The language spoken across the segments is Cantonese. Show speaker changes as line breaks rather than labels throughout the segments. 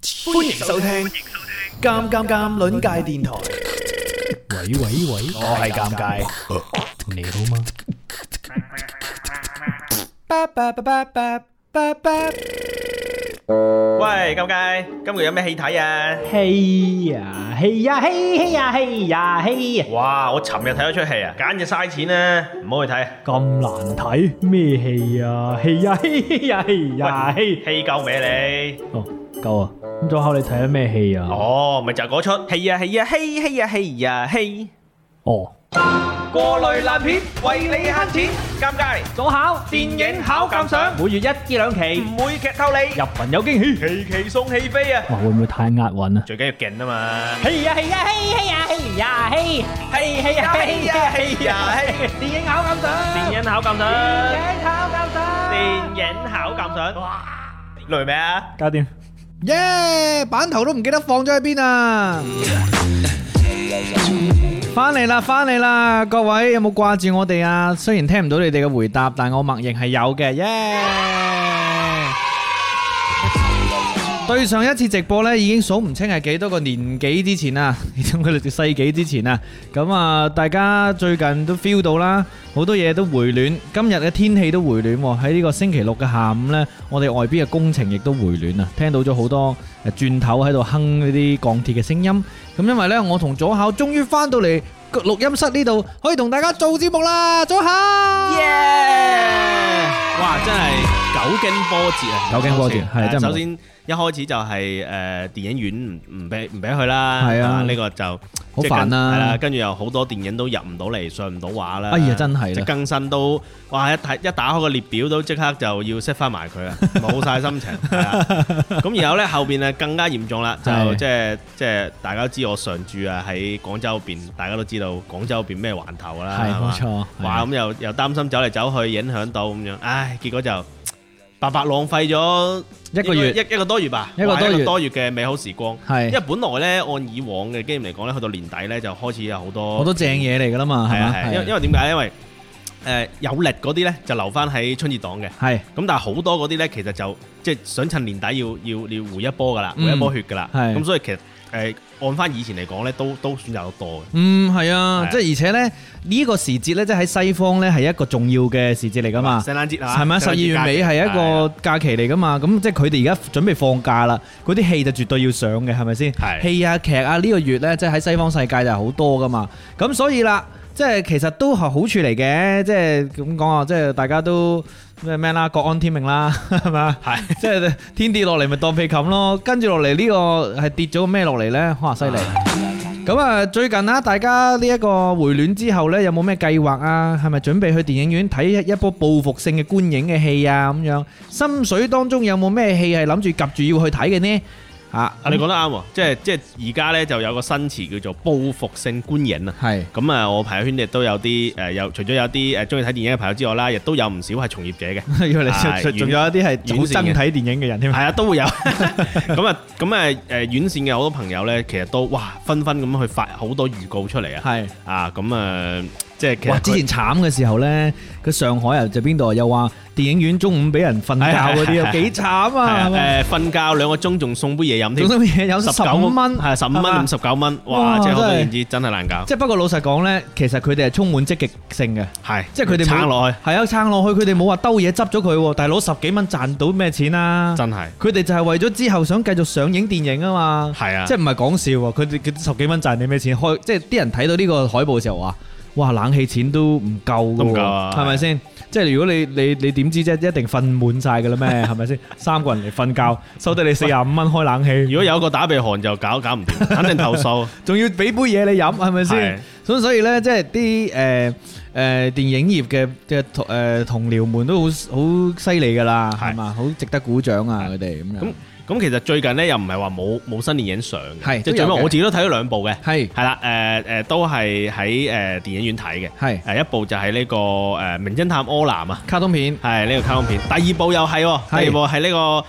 歡迎收聽《尷尷尷》鄰界電台。
喂喂喂，
我係尷尬，
你好嗎？
巴巴巴巴巴巴巴。
喂，咁解，今日有咩戲睇啊？
嘿
à,
呀嘿呀嘿嘿呀嘿呀嘿呀，
哇，我尋日睇咗出戲啊，簡直嘥錢啦，唔好去睇。
咁難睇咩戲
à,
呀？嘿呀嘿嘿呀嘿
Dạ,
呀嘿，
戲夠未你？
哦
à.
夠啊！咁早考你睇咗咩戲啊？
哦，咪就係嗰出戲啊戲啊戲戲啊戲啊戲。
哦，
過濾爛片，為你慳錢，尷尬。
早考
電影考鑑賞
每月一至兩期，
唔會劇透你，
Dạ.
入群有驚喜。
期期送戲飛啊！
哇，會唔會太押韻
à.
啊？
最緊要勁啊嘛。
嘿呀嘿呀嘿嘿呀嘿呀嘿，嘿嘿呀嘿呀嘿呀嘿，電影考鑑賞，
電影考鑑賞，
影考鑑賞
電影考鑑賞。累未啊？
搞掂。
耶！版頭都唔記得放咗喺邊啊！翻嚟啦，翻嚟啦！各位有冇掛住我哋啊？雖然聽唔到你哋嘅回答，但我默認係有嘅。耶！對上一次直播呢，已經數唔清係幾多個年紀之前啊， 佢哋世紀之前啊。咁啊，大家最近都 feel 到啦，好多嘢都回暖。今日嘅天氣都回暖喎，喺呢個星期六嘅下午呢，我哋外邊嘅工程亦都回暖啊，聽到咗好多誒轉頭喺度哼呢啲鋼鐵嘅聲音。咁因為呢，我同左考終於翻到嚟個錄音室呢度，可以同大家做節目啦，左考！
哇！真係久經波折啊！
久經波折係真係冇
首先一開始就係誒電影院唔唔俾唔俾去啦，
係啊
嘛呢個就好
好煩啊
係啦，跟住有好多電影都入唔到嚟，上唔到畫啦。
哎呀真係啦
即更新都哇！一睇一打開個列表都即刻就要 set 翻埋佢 啦，冇晒心情。係啊咁然後咧後邊啊更加嚴重啦，就
係
即係即係大家都知我常住啊喺廣州邊，大家都知道廣州邊咩環頭㗎啦，
係
係
冇
嘛
錯係啊
哇！咁又又擔心走嚟走去影響到咁樣，唉，結果就白白浪費咗
一個月
應該一一個多月吧，
一個多月
哇多月嘅美好時光。
係
因為本來咧按以往嘅經驗嚟講咧，去到年底咧就開始有好多
好多正嘢嚟㗎啦嘛，係
係啊
嘛？
係啊，因為
為
因為點解？因為誒有力嗰啲咧就留翻喺春節檔嘅，咁
係
但係好多嗰啲咧其實就即係想趁年底要要要回一波㗎啦，
嗯
回一波血㗎啦。
係
咁所以其實誒按翻以前嚟講咧，都都選擇得多嘅。
嗯係啊，即
係
係而且呢，呢個時節呢，即係喺西方呢，係一個重要嘅時節嚟㗎嘛。
聖誕節啊，
係咪
聖
十
誕
二
節
月
假期
尾係一
係啊
個假期嚟㗎嘛？咁即係佢哋而家準備放假啦，嗰啲戲就絕對要上嘅，係咪先？
係
戲啊劇啊呢個月呢，即係喺西方世界就係好多㗎嘛。咁所以啦，即係其實都係好處嚟嘅，即係咁講啊，即係大家都咩咩啦，各安天命啦， 係嘛？
係。
即係天跌落嚟咪當被冚咯，跟住落嚟呢個係跌咗個咩落嚟呢？哇，犀利！咁啊，最近啦，大家呢一個回暖之後呢，有冇咩計劃啊？係咪準備去電影院睇一一波報復性嘅觀影嘅戲啊？咁樣心水當中有冇咩戲係諗住夾住要去睇嘅呢？啊，
啊，你講得啱喎，即係即係而家咧就有個新詞叫做報復性觀影啊。
係
咁啊，我朋友圈亦都有啲誒，有除咗有啲誒中意睇電影嘅朋友之外啦，亦都有唔少係從業者嘅，
要
啊
你仲仲有一啲係好
院線
憎
嘅
睇電影嘅人添。
係啊，都會有。 咁啊，咁啊誒，院線嘅好多朋友咧，其實都哇紛紛咁去發好多預告出嚟啊。
係。
啊，咁啊，即係其
哇！
實
之前慘嘅時候呢，佢上海又就邊度啊又話電影院中午俾人瞓覺嗰啲，
係係
又
係
幾慘啊！係
係
咪
啊誒瞓覺兩個鐘仲送杯嘢飲添
總，之嘢有十五蚊，
係啊十五
係嘛
蚊五十九蚊，
哇
哇！即係可
真係
想而知，真係難搞。
即係不過老實講呢，其實佢哋係充滿積極性嘅，
係，
即係佢哋冇
撐落去，
係啊撐落去，佢哋冇話兜嘢執咗佢喎，但係攞十幾蚊賺到咩錢啊？
真係
佢哋就係為咗之後想繼續上映電影啊嘛，
係啊
即係唔係講笑喎？佢哋佢十幾蚊賺你咩錢？開即係啲人睇到呢個海報嘅時候話：哇冷氣錢都唔夠㗎喎
都唔夠啊
係咪先？即係如果你你你點知啫？一定瞓滿晒㗎啦 咩？係咪先？三個人嚟瞓覺，收得你四廿五蚊開冷氣。
如果有一個打鼻鼾就搞搞唔 掂，肯定投訴。
仲要俾杯嘢你飲，係咪先？咁所以呢，即係啲誒誒電影業嘅嘅同誒同僚們都好好犀利㗎啦，
係
係嘛？好值得鼓掌啊！佢哋咁樣
咁咁其實最近咧又唔係話冇冇新年影上嘅，
係
即
都
係
有
最尾
嘅
我自己都睇咗兩部嘅，
係
係啦，誒、誒都係喺誒電影院睇嘅，誒、
係
一部就係呢、個誒、名偵探柯南啊，
卡通片
係呢、個卡通片，第二部又係喎，
係
第二部係呢、個誒、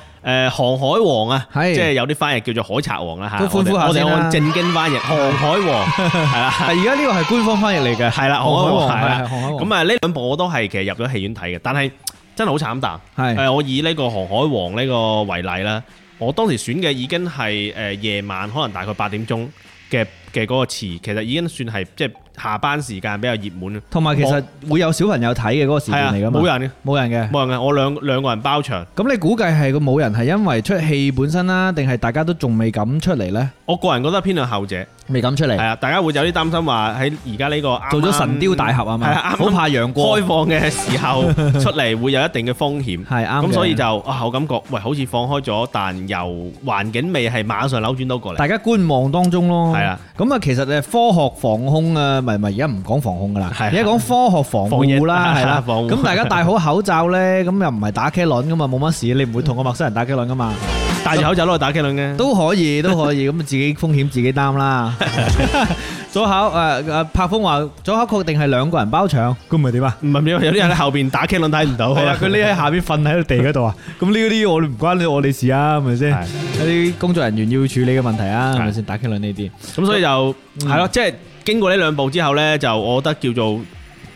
航海王啊，
係
即係有啲翻譯叫做海賊王啦嚇，
都歡呼下
我哋
先
我哋
啦
按正經翻譯航海王係啦。
但而家呢個係官方翻譯嚟嘅，
係 啦，
航海
航
王
海王係
係係
啦，
航海王
咁啊呢兩部我都係其實入咗戲院睇嘅，但係真係好慘淡。
係
誒，我以呢個航海王呢個為例啦，誒、我當時選嘅已經係誒夜晚，可能大概八點鐘嘅嘅嗰個詞，其實已經算係即係下班時間比較熱門啊。
同埋其實會有小朋友睇嘅嗰個時
係啊，
段嚟噶嘛，
冇人嘅，
冇人嘅。
冇人嘅，我兩兩個人包場。
咁你估計係個冇人係因為出戲本身啦，定係大家都仲未敢出嚟呢？
我個人覺得偏向後者，
未敢出嚟
係，啊，大家會有啲擔心話喺而家呢個啱啱
做咗神雕大俠啊
係
嘛，
啊，
好
啱啱
怕楊過，
開放嘅時候 出嚟會有一定嘅風險。
係啱嘅。
咁所以就啊，我感覺喂，好似放開咗，但又環境未係馬上扭轉到過嚟。
大家觀望當中咯。
係啊，
咁啊，其實誒科學防控啊，咪咪而家唔講防控噶啦，
係啊
而家講科學防護啦，
防疫
係啦。
防護
咁大家戴好口罩咧，咁又唔係打茄輪噶嘛，冇乜事，你唔會同個陌生人打茄輪 噶嘛，
戴住口罩攞嚟打機輪嘅，
都可以，都可以，咁自己風險自己擔啦。 左考誒誒，柏峰話左考確定係兩個人包場，咁咪點啊？
唔係有啲人喺後邊打機輪睇唔到。
係啊， 佢匿喺下邊瞓喺個地嗰度啊。咁呢啲我哋唔關我哋事啊，係咪先？
係
有啲工作人員要處理嘅問題啊，係咪
係
先？打茄輪呢啲。
咁所以就係咯，即係經過呢兩步之後呢，就我覺得叫做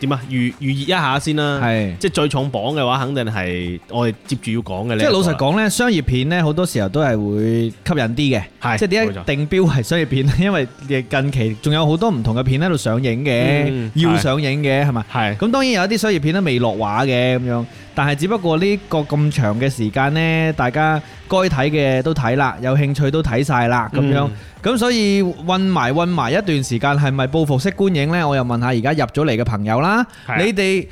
點啊，預預熱一下先啦。
係
即係最重磅嘅話，肯定係我哋接住要講嘅呢一個
即
啦。啊
係老實講咧，商業片咧好多時候都係會吸引啲嘅。
係，係
即係點
冇
解
錯
定標係商業片咧？因為近期仲有好多唔同嘅片喺度上映嘅，
嗯
要
係
上映嘅係咪？
係
咁當然有一啲商業片都未落畫嘅咁樣，但係只不過呢個咁長嘅時間呢，大家該睇嘅都睇啦，有興趣都睇晒啦
嗯
咁樣。咁、所以混埋混埋一段時間，係咪報復式觀影呢？我又問下而家入咗嚟嘅朋友啦，
係啊
你哋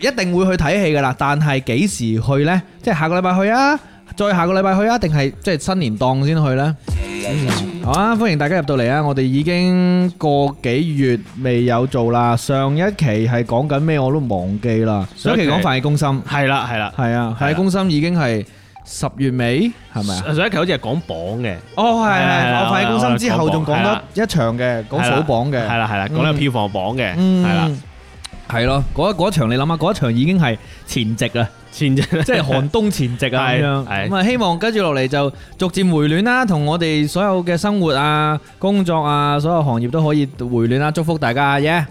一定會去睇戲噶啦，但係幾時去呢？即係下個禮拜去啊，再下個禮拜去啊，定係即係新年檔先去呢？好啊！歡迎大家入到嚟啊！我哋已經個幾月未有做啦，上一期係講緊咩我都忘記啦。上
上
一
一期
期講飯氣攻心，
係啦係啦。
係啊，飯氣攻心已經係十月尾係咪啊？
上一期好似係講榜嘅，
哦，係
係
係，
係
我飯氣攻心之後仲講得一場嘅，講數榜嘅，
係啦係啦，講呢個票房榜嘅，
嗯，
係啦，，
係咯，嗰嗰場你諗下，嗰場已經係前夕啊！
前
即係寒冬前夕啊咁
係
樣。
係
咁啊，希望跟住落嚟就逐漸回暖啦，同我哋所有嘅生活啊、工作啊、所有行業都可以回暖啦，祝福大家耶！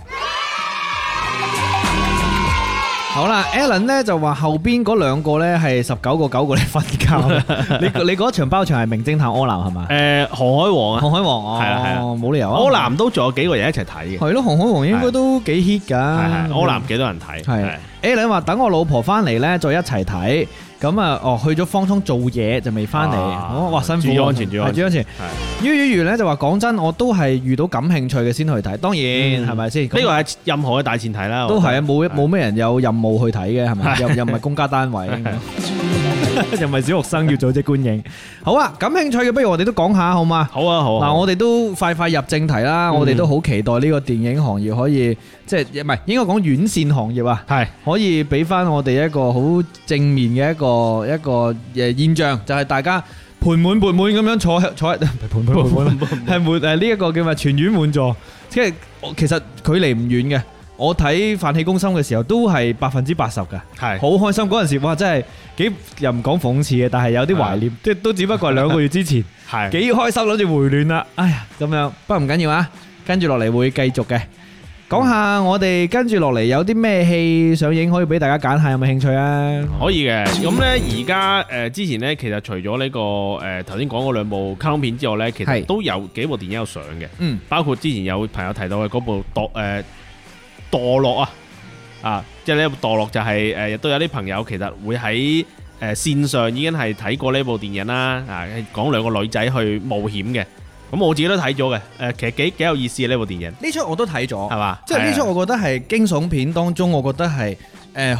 好啦，Alan 咧就話後邊嗰兩個咧係十九個九個嚟瞓 覺。你你嗰場包場係名偵探柯南係嘛？
誒航海王啊，
航海王
係啦係啦
哦，冇理由啊！
柯南都仲有幾個人一齊睇嘅，
係咯，航海王應該都幾 hit 㗎。
係係柯南幾多人睇？
係
係
Alan 話等我老婆翻嚟呢，再一齊睇。咁啊，哦，去咗方艙做嘢就未翻嚟。
啊
哦，哇，辛苦
注
喎。
意安全注意
係
安全
注意安全。
係。
於於如呢就話講真，我都係遇到感興趣嘅先去睇，當然
嗯
係咪先？呢
呢個係任何嘅大前提啦，
都
我覺
係
得
啊，冇冇咩人有任務去睇嘅係 咪？又又唔係公家單位，又唔係小學生要組織觀影。好啊，感興趣嘅不如我哋都講下好嘛？
好啊好啊。
嗱，我哋都快快入正題啦，我
嗯
哋都好期待呢個電影行業可以即係唔係應該講院線行業啊？
係
可以俾翻我哋一個好正面嘅一個一個誒現象，就係、大家盤滿缽滿咁樣坐喺坐喺 唔係盤滿缽滿啦，係滿誒呢一個叫咩全院滿座，即係我其實距離唔遠嘅。我睇《飯氣攻心》嘅時候都係百分之八十㗎，
係
好開心嗰陣時，哇！真係幾又唔講諷刺嘅，但係有啲懷念，即 係都只不過係兩個月之前。
係
幾開心攞住回暖啦，哎呀咁樣，不過唔緊要啊，跟住落嚟會繼續嘅。講下我哋跟住落嚟有啲咩戲上映可以俾大家揀下，有冇興趣啊？
可以嘅，咁呢，而家誒之前呢，其實除咗呢個誒頭先講嗰兩部卡通片之外呢，其
係
實都有幾部電影有上嘅，
嗯，
包括之前有朋友提到嘅嗰部墮誒墮落啊，啊，即係呢部墮落就係、呃誒，亦、都有啲朋友其實會喺誒線上已經係睇過呢部電影啦，啊，講兩個女仔去冒險嘅，咁我自己都睇咗嘅，誒、呃其實幾幾有意思嘅呢部電影，
呢出我都睇咗
係，嘛？
即係呢
係
出
啊，
我覺得係驚悚片當中，我覺得係誒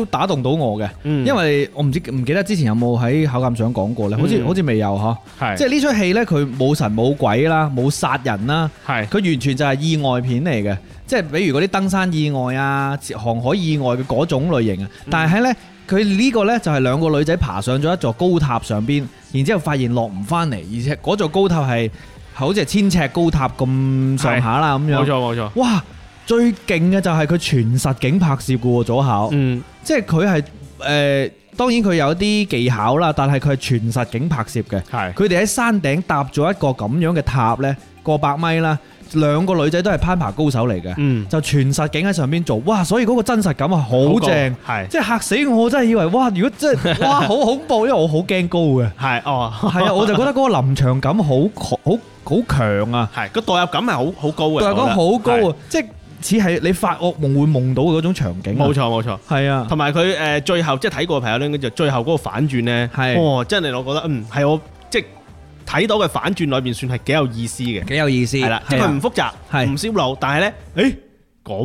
好打動到我嘅，
嗯
因為我唔知唔記得之前有冇喺考鑑賞講過咧，好似
嗯
好似未有嚇。
係
即係呢出戲呢，佢冇神冇鬼啦，冇殺人啦。
係
佢完全就係意外片嚟嘅，即係比如嗰啲登山意外啊、航海意外嘅嗰種類型啊。
嗯
但係呢，佢呢個呢，就係兩個女仔爬上咗一座高塔上邊，然之後發現落唔翻嚟，而且嗰座高塔係好似係千尺高塔咁上下啦咁
嗯冇錯
樣。
冇錯，
哇！最勁嘅就係佢全實景拍攝嘅喎，左考，
嗯
即係佢係誒當然佢有啲技巧啦，但係佢係全實景拍攝嘅。
係
佢哋喺山頂搭咗一個咁樣嘅塔呢，過百米啦，兩個女仔都係攀爬高手嚟嘅，
嗯
就全實景喺上邊做，哇！所以嗰個真實感啊，好
過
正，
係
即係嚇死我！我真係以為哇，如果真 係哇好恐怖，因為我好驚高嘅，
係哦，
係啊，我就覺得嗰個臨場感好好好強啊！
係個代入感係好好高嘅，
對我嚟講好
我覺
高
得
啊，即係似係你發惡夢會夢到嘅嗰種場景
係
啊。
冇錯冇錯。
係啊，
同埋佢誒最後即係睇過朋友咧，跟住最後嗰個反轉咧，
係
哦，真係我覺得嗯係我即係睇到嘅反轉裏邊算係幾有意思嘅，
幾有意思。
係啦，即係佢唔複雜，
啊係
唔燒腦，但係咧，誒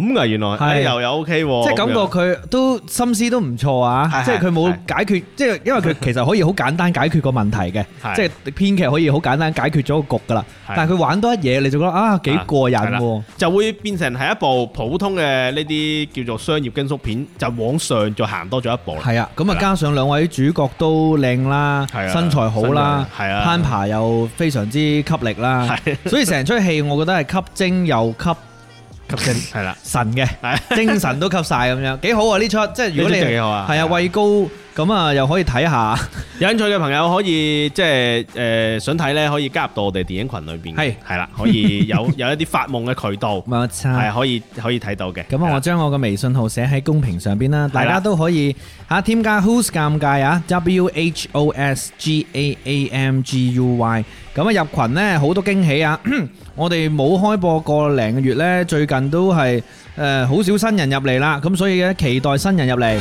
咁噶原來，誒又有 OK 喎，
即係感覺佢都心思都唔錯啊！
哦係
即係佢冇解決，即係因為 佢其實可以好簡單解決個問題嘅，
係
即係編劇可以好簡單解決咗個局㗎啦。
係
但係佢玩多一嘢，你就覺得啊幾過
係
癮
啦
喎！
就會變成係一部普通嘅呢啲叫做商業跟縮片，就往上再行多咗一步啦。
係啊，咁
係
啊
啦
加上兩位主角都靚啦，
係啊
身材好啦，
身材係啊
攀爬又非常之吸力啦，
係
所以成出戲我覺得係吸睛又吸
吸睛係啦，
神嘅，精神都吸晒咁樣，幾好啊！呢出即係如果你
呢出幾好啊
係啊畏高咁啊，又可以睇下，
有興趣嘅朋友可以即係誒想睇咧，可以加入到我哋電影群裏邊嘅。
係
係啦，可以有有一啲發夢嘅渠道。
冇錯
係可啊以可以睇到嘅。
咁啊，我將我嘅微信號寫喺公屏上邊啦，大家都可以嚇添加 Who's 尷尬啊，W H O S G A A M G U Y。咁啊，入群呢，好多驚喜啊！ 我哋冇開播個零個月呢，最近都係誒好少新人入嚟啦，咁所以咧期待新人入嚟。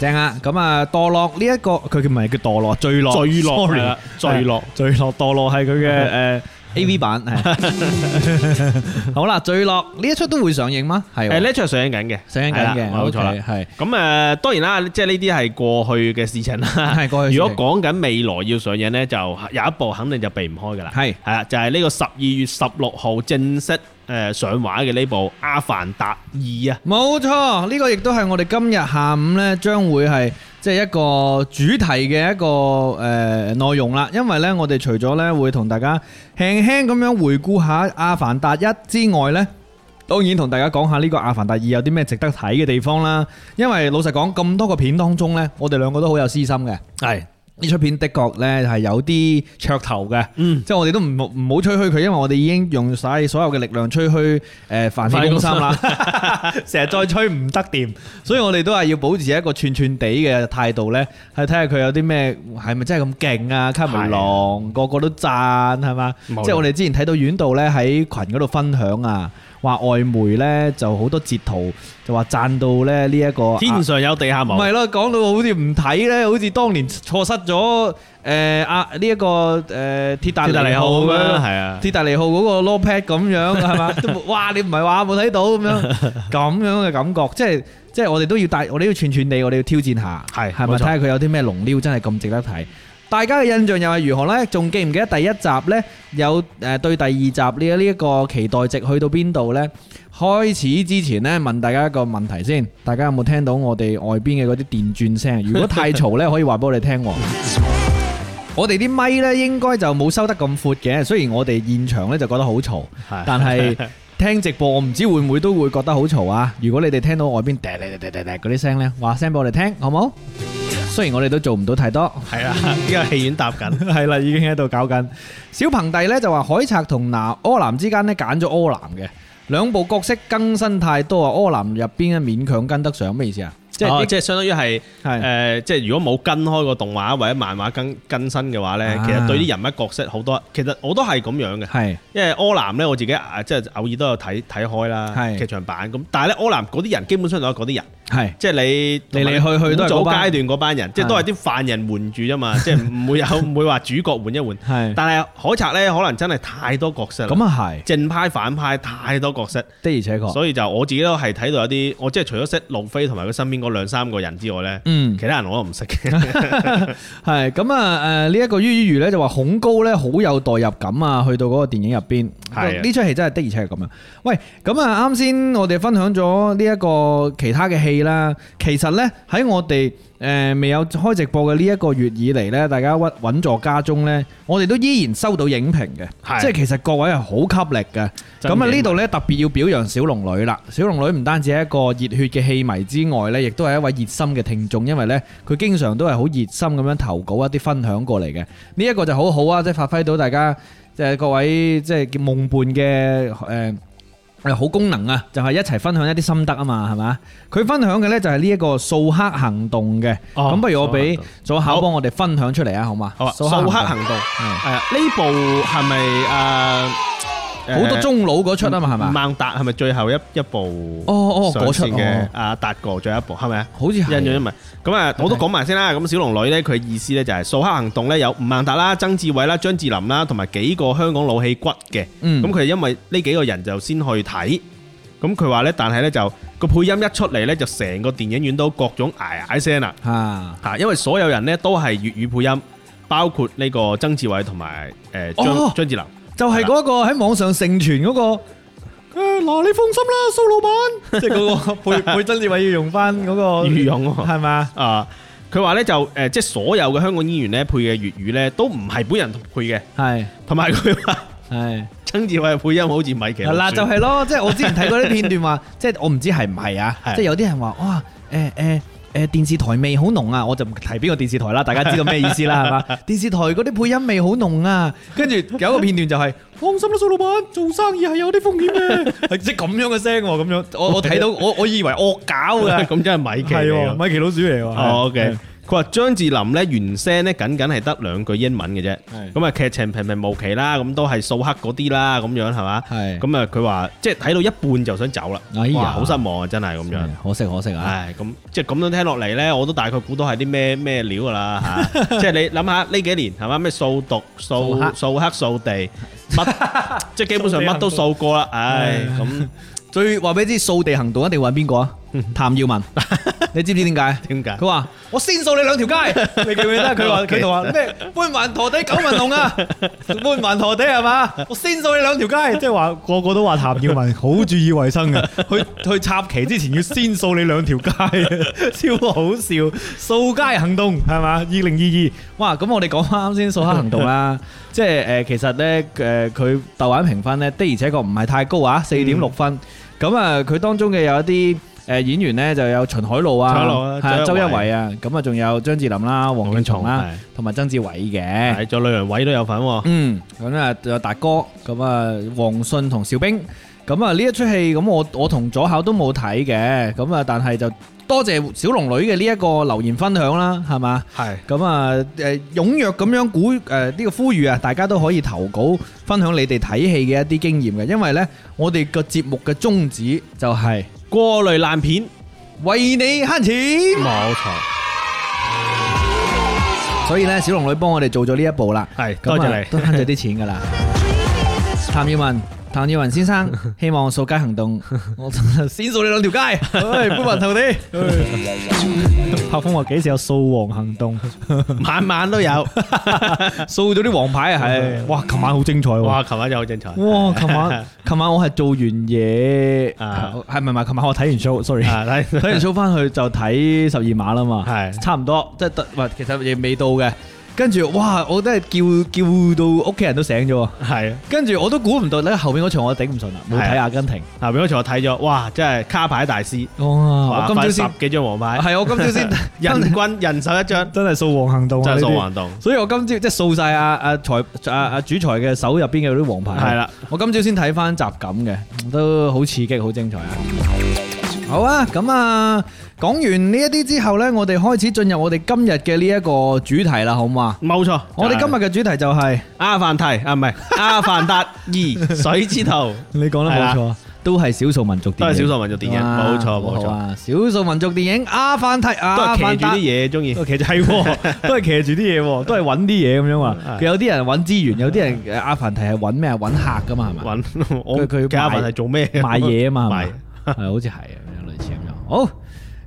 正啊！咁啊，墮落呢、一個佢叫唔係叫墮落，墜落，
墜落
sorry，
係啦墜落，
墜落，墮落係佢 嘅誒 A V 版係。好啦，墜落呢一出都會上映嗎？係喎
誒呢出係上映緊嘅，
上映緊
係
嘅，
啦冇錯啦。
OK，係
咁誒當然啦，即係呢啲係過去嘅事情啦。
係過去嘅事
如
情
果講緊未來要上映呢，就有一部肯定就避唔開㗎啦。
係
係啦，就係呢個十二月十六號正式誒上畫嘅呢部《阿凡達二》啊。
冇錯，呢個亦都係我哋今日下午呢將會係即係一個主題嘅一個誒內容啦。因為呢，我哋除咗呢會同大家輕輕咁樣回顧下《阿凡達一》之外呢。當然同大家講下呢個《阿凡達二》有啲咩值得睇嘅地方啦，因為老實講咁多個片當中呢，我哋兩個都好有私心嘅。
係
呢出片的確呢係有啲噱頭嘅，
嗯
即係我哋都唔好唔好吹噓佢，因為我哋已經用晒所有嘅力量吹噓誒凡氣攻心啦， 成日再吹唔得掂，所以我哋都係要保持一個串串地嘅態度呢，係睇下佢有啲咩係咪真係咁勁啊？卡梅隆個個都讚係嘛？即
冇錯
係我哋之前睇到院度呢喺群嗰度分享啊，話外媒呢就好多截圖就話讚到咧呢一個啊
天上有地下
唔
無，
係咯，講到好似唔睇咧，好似當年錯失咗誒啊呢一個誒鐵達
鐵達
尼
尼
號
號
咁
咁樣
樣，
係啊。
鐵達尼號嗰個 low pad 咁樣係嘛？都冇哇！你唔係話冇睇到咁樣 咁樣嘅感覺，即係即係我哋都要帶，我哋要串串地，我哋要挑戰下，
係
係咪
冇
睇
錯
下佢有啲咩龍溜真係咁值得睇？大家嘅印象又係如何呢？仲記唔記得第一集呢？有誒對第二集呢呢一個期待值去到邊度呢？開始之前呢，問大家一個問題先，大家有冇聽到我哋外邊嘅嗰啲電轉聲？如果太嘈呢，可以話俾我哋聽喎。我哋啲咪呢應該就冇收得咁闊嘅，雖然我哋現場呢就覺得好嘈，
係
但係聽直播我唔知會唔會都會覺得好嘈啊！如果你哋聽到外邊喋喋喋喋喋嗰啲聲呢，話聲俾我哋聽，好冇？雖然我哋都做唔到太多。
係啊啦，呢個戲院搭緊。
係啦，已經喺度搞緊。小朋弟呢就話海賊同南柯南之間呢揀咗柯南嘅，兩部角色更新太多啊！柯南入邊嘅勉強跟得上，咩意思啊？即
即係
係啲
哦即係相當於係
係
誒，即係如果冇跟開個動畫或者漫畫更更新嘅話咧，
啊
其實對啲人物角色好多，其實我都係咁樣嘅。
係
因為柯南咧，我自己啊即係偶爾都有睇睇開啦
係，
劇場版咁。但係咧，柯南嗰啲人基本上都係嗰啲人，
係
即係你
嚟嚟去去都係
早
嗰班啊
階段嗰班人，即係都係啲犯人換住啫嘛， 即係唔 會有唔會話主角換一換。
係
但係海賊咧，可能真係太多角色啦，
咁啊係
正派反派太多角色。
的而且確，
所以就我自己都係睇到有啲，我即係除咗識路飛同埋佢身邊嗰兩三個人之外咧，
嗯
其他人我都唔識嘅。
係咁啊誒呢一個於於如呢就話恐高呢好有代入感啊，去到嗰個電影入邊
係啊
呢出戲真係的而且係咁樣。喂，咁啊啱先我哋分享咗呢一個其他嘅戲啦，其實呢，喺我哋誒未有開直播嘅呢一個月以嚟呢，大家屈穩坐家中呢，我哋都依然收到影評嘅，
係
即係其實各位係好吸力嘅。
真
咁啊
嘅
呢度呢，特別要表揚小龍女啦，小龍女唔單止係一個熱血嘅戲迷之外呢，亦都係一位熱心嘅聽眾，因為呢，佢經常都係好熱心咁樣投稿一啲分享過嚟嘅。呢一個就好好啊，即係發揮到大家即係各位即係叫夢伴嘅誒。呃誒好功能啊，就係、一齊分享一啲心得啊嘛，係嘛？佢分享嘅呢就係呢一個掃黑行動嘅，咁、
哦
不如 我俾
掃
左
黑行動
考幫我哋分享出嚟啊，好嘛？
好啊，掃黑
動
行動。誒呢部係咪誒
好多中老嗰出啊嘛，係嘛？
孟達係咪最後一一部？
哦哦，嗰出
上線嘅
哦
阿達哥最後一部係咪啊？
好似
印象
係
唔係咁啊！我都講埋先啦。咁小龍女呢，佢意思呢就係掃黑行動呢，有吳孟達啦、曾志偉啦、張智霖啦，同埋幾個香港老戲骨嘅。
嗯
咁佢係因為呢幾個人就先去睇。咁佢話呢，但係呢就個配音一出嚟呢，就成個電影院都各種嗌嗌聲啦
啊，
嚇，因為所有人呢都係粵語配音，包括呢個曾志偉同埋誒
哦
張張智霖。
就係嗰個喺網上盛傳嗰、個。誒嗱，你放心啦，蘇老闆， 即係嗰個配配曾志偉要用翻嗰個
御用喎
係嘛？
啊！佢話呢，就誒，即係所有嘅香港演員呢，配嘅粵語呢，都唔係本人配嘅，
係
同埋佢話。
係。
曾志偉嘅配音好似米奇老
嗱，
鼠
就係咯，即係我之前睇過啲片段 話，即係我唔知係唔係啊，
係
即係有啲人話哇，誒誒誒電視台味好濃啊，我就唔提邊個電視台啦，大家知道咩意思啦，係 嘛？電視台嗰啲配音味好濃啊，跟住有一個片段就係、 放心啦，蘇老闆，做生意係有啲風險嘅，係 即係咁樣嘅聲喎，咁樣我我 睇到我我以為惡搞㗎，
咁真係米奇
係
嚟
喎，
喎。
米奇老鼠嚟喎，
哦
係
，OK。佢話張智霖咧原聲咧僅僅係得兩句英文嘅啫，
係
咁啊劇情平平無奇啦，咁都係掃黑嗰啲啦，咁樣係嘛？
係
咁啊佢話即係睇到一半就想走啦
哎，呀
哇好失望啊真係咁樣。
可惜可惜啊，
唉，咁即係咁樣聽落嚟咧，我都大概估到係啲咩咩料噶 啦嚇。即係你諗下呢幾年係嘛咩掃毒、
掃
掃
黑
掃黑、掃 地，乜即係基本上乜都掃過啦。唉，咁
最話俾你知掃地行動一定揾邊個啊？譚耀 文，你知唔知點解？
點解
佢？話：我先掃你兩條街，你記唔記得？佢話 佢同話咩搬環陀地九文龍 啊，搬環陀地係嘛？我先掃你兩條街，即係話個個都話譚耀文 好注意衞生啊嘅，去去插旗之前要先掃你兩條街， 超好笑！掃街行動係嘛？二零二二，哇！咁我哋講翻啱先掃黑行動啦，即係誒其實咧誒佢豆瓣評分咧的而且確唔係太高
嗯
啊，四點六分。咁啊，佢當中嘅有一啲。誒演員咧就有秦海璐啊，
秦海璐啊
係啊周
周
一
一
圍
圍
係啊，咁啊仲有張智霖啦、黃敬松啦
係，
同埋曾志偉嘅。
係，仲有梁偉都有份喎。
嗯，咁啊仲有達哥，咁啊黃信同邵兵，咁啊呢一出戲咁我我同左考都冇睇嘅，咁啊但係就多謝小龍女嘅呢一個留言分享啦，係嘛？
係。
咁啊誒踴躍咁樣鼓誒呢個呼籲啊，大家都可以投稿分享你哋睇戲嘅一啲經驗嘅，因為呢，我哋個節目嘅宗旨就係
過濾爛片，
為你慳錢。
冇錯，
所以咧，小龍女幫我哋做咗呢一步啦，
係
咁啊
多謝你
都慳咗啲錢 噶啦。譚耀文，譚耀文先生， 希望掃街行動，我先掃你兩條 街，唉，搬雲頭 地。柏峰話幾時有掃黃行動？
晚晚都有。
掃咗啲黃牌啊，係。哇，琴晚好精彩喎！
哇，琴晚真係好精彩。
哇，琴 晚琴晚我係做完嘢，
啊
係咪咪？琴晚我睇完 show，sorry。
啊，睇
睇完 show 翻去就睇十二碼啦嘛，
係
差唔多，即係得，唔係其實亦未到嘅。跟住哇，我真係叫叫到屋企人都醒咗喎。
係啊
跟住我都估唔到咧，後面嗰場我頂唔順啦，冇睇
係
阿根廷。
下邊嗰場我睇咗，哇，真係卡牌大師，
哇！
哇
哦我今朝
快十
先啊
幾張黃牌，
係我今朝 先
人均人手 一張，
真係掃黃行動
真係掃橫動。啊
所以我今朝即係掃晒阿阿裁阿阿主裁嘅手入邊嘅嗰啲黃牌。
係啦，
我今朝先睇翻集錦嘅，都好刺激，好精彩啊！好啊，咁啊，講完呢一啲之後呢，我哋開始進入我哋今日嘅呢一個主題啦，好唔好啊？
冇錯。
我哋今日嘅主題就係、
阿凡提啊，唔係 阿凡達二水之徒，
你講得冇
係
錯，都係少數民族電影，
都係少數民族電影，
哇
冇錯
好
冇錯，
啊！少數民族電影《阿凡提》
都
阿
係騎
凡
住
達
啲嘢中意。
其實係 喎，都係騎住啲嘢喎，都係揾啲嘢咁樣話。
嗯
啊佢有啲人揾資源，有啲人誒阿凡提係揾咩啊？揾客噶嘛係咪？
揾我
佢佢
嘅阿凡
賣
提做咩？
賣嘢啊嘛，係
賣
咪係好似係啊，類似咁樣。好，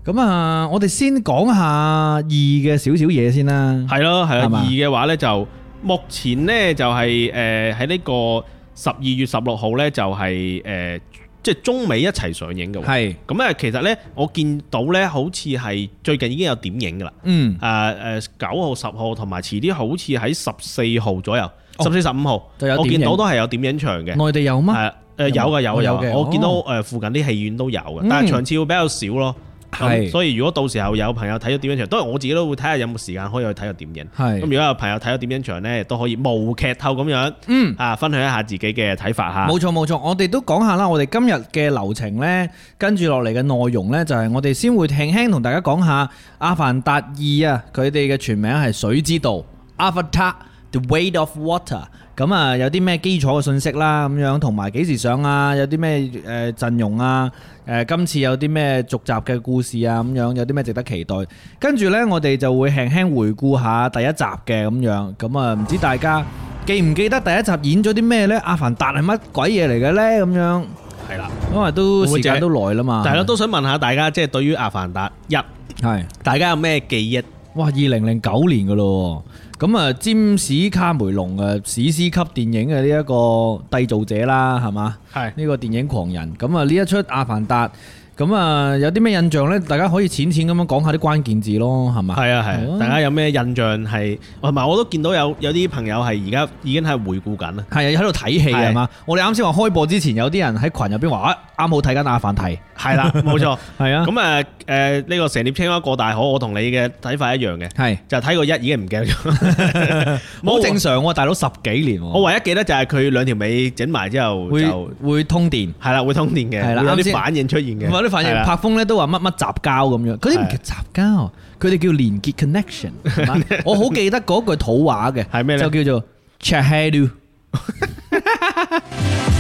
咁啊，我哋先講下二嘅少少嘢先啦。
係咯，係
嗯係
啊。
嘛
呃二嘅話呢，就目前呢，就係誒喺呢個十二月十六號呢，就係、誒、即係中美一齊上映嘅喎。
係，
咁咧，其實呢，我見到呢，好似係最近已經有點映㗎啦。
嗯，
誒誒九號、十號同埋遲啲好似喺十四號左右，十四十五號，
哦就有
我
點
見到
影
都係有點影場嘅。
內地有嗎？
係啊誒有嘅有嘅
有
有
嘅
嘅，
哦
我見到誒附近啲戲院都有嘅
嗯，
但係場次會比較少咯。
係
咁所以如果到時候有朋友睇咗點影場，當然我自己都會睇下有冇時間可以去睇個點影。咁
係，
如果有朋友睇咗點影場呢，亦都可以無劇透咁樣
嗯。
啊，分享一下自己嘅睇法嚇。
冇錯冇錯，我哋都講下啦。我哋今日嘅流程呢，跟住落嚟嘅內容呢，就係我哋先會輕輕同大家講下《阿凡達二》啊，佢哋嘅全名係《水之道》（Avatar: The Way of Water）。咁啊，有啲咩基礎嘅信息啦，咁樣同埋幾時上啊？有啲咩誒陣容啊？誒、今次有啲咩續集嘅故事啊？咁樣有啲咩值得期待？跟住呢，我哋就會輕輕回顧下第一集嘅咁樣。咁啊，唔知大家記唔記得第一集演咗啲咩呢？阿凡達係乜鬼嘢嚟嘅呢？咁樣，
係啦，
因為都
會唔會
時間
啊淨係
都耐啦嘛。
但係咯，都想問下大家，即係對於《阿凡達一》，
係
大家有咩記憶？
哇，二零零九年噶咯喎。咁啊，詹士卡梅隆嘅史詩級電影嘅呢一個締造者啦，係嘛？
係
呢個電影狂人。咁啊，呢一出《阿凡達》，咁啊有啲咩印象呢？大家可以淺淺咁樣講下啲關鍵字咯，係嘛？
係啊係
係
啊
啊，
大家有咩印象係？同埋我都見到有有啲朋友係而家已經係回顧緊啦。
係啊，喺度睇戲
係
係嘛？我哋啱先話開播之前，有啲人喺群入邊話啊，啱好睇緊《阿凡提》。
係 啦，冇錯。
係啊，
咁啊誒呢個成碟青蛙過大海，我同你嘅睇法一樣嘅，
係
就係睇過一已經唔記得咗，
好正。常喎，大佬十幾年
我
喎，
唯一記得就係佢兩條尾整埋之後
哦會
就
會通電。
係啦，會通電嘅，
係啦
會有
啱先
啲反應出現嘅，
同埋啲反應
係，啦
拍風咧都話乜乜雜交咁樣，嗰啲唔叫雜交，佢哋叫連結 connection 係 嘛。我好記得嗰句土話嘅，
係咩咧
就叫做 c h a h a d u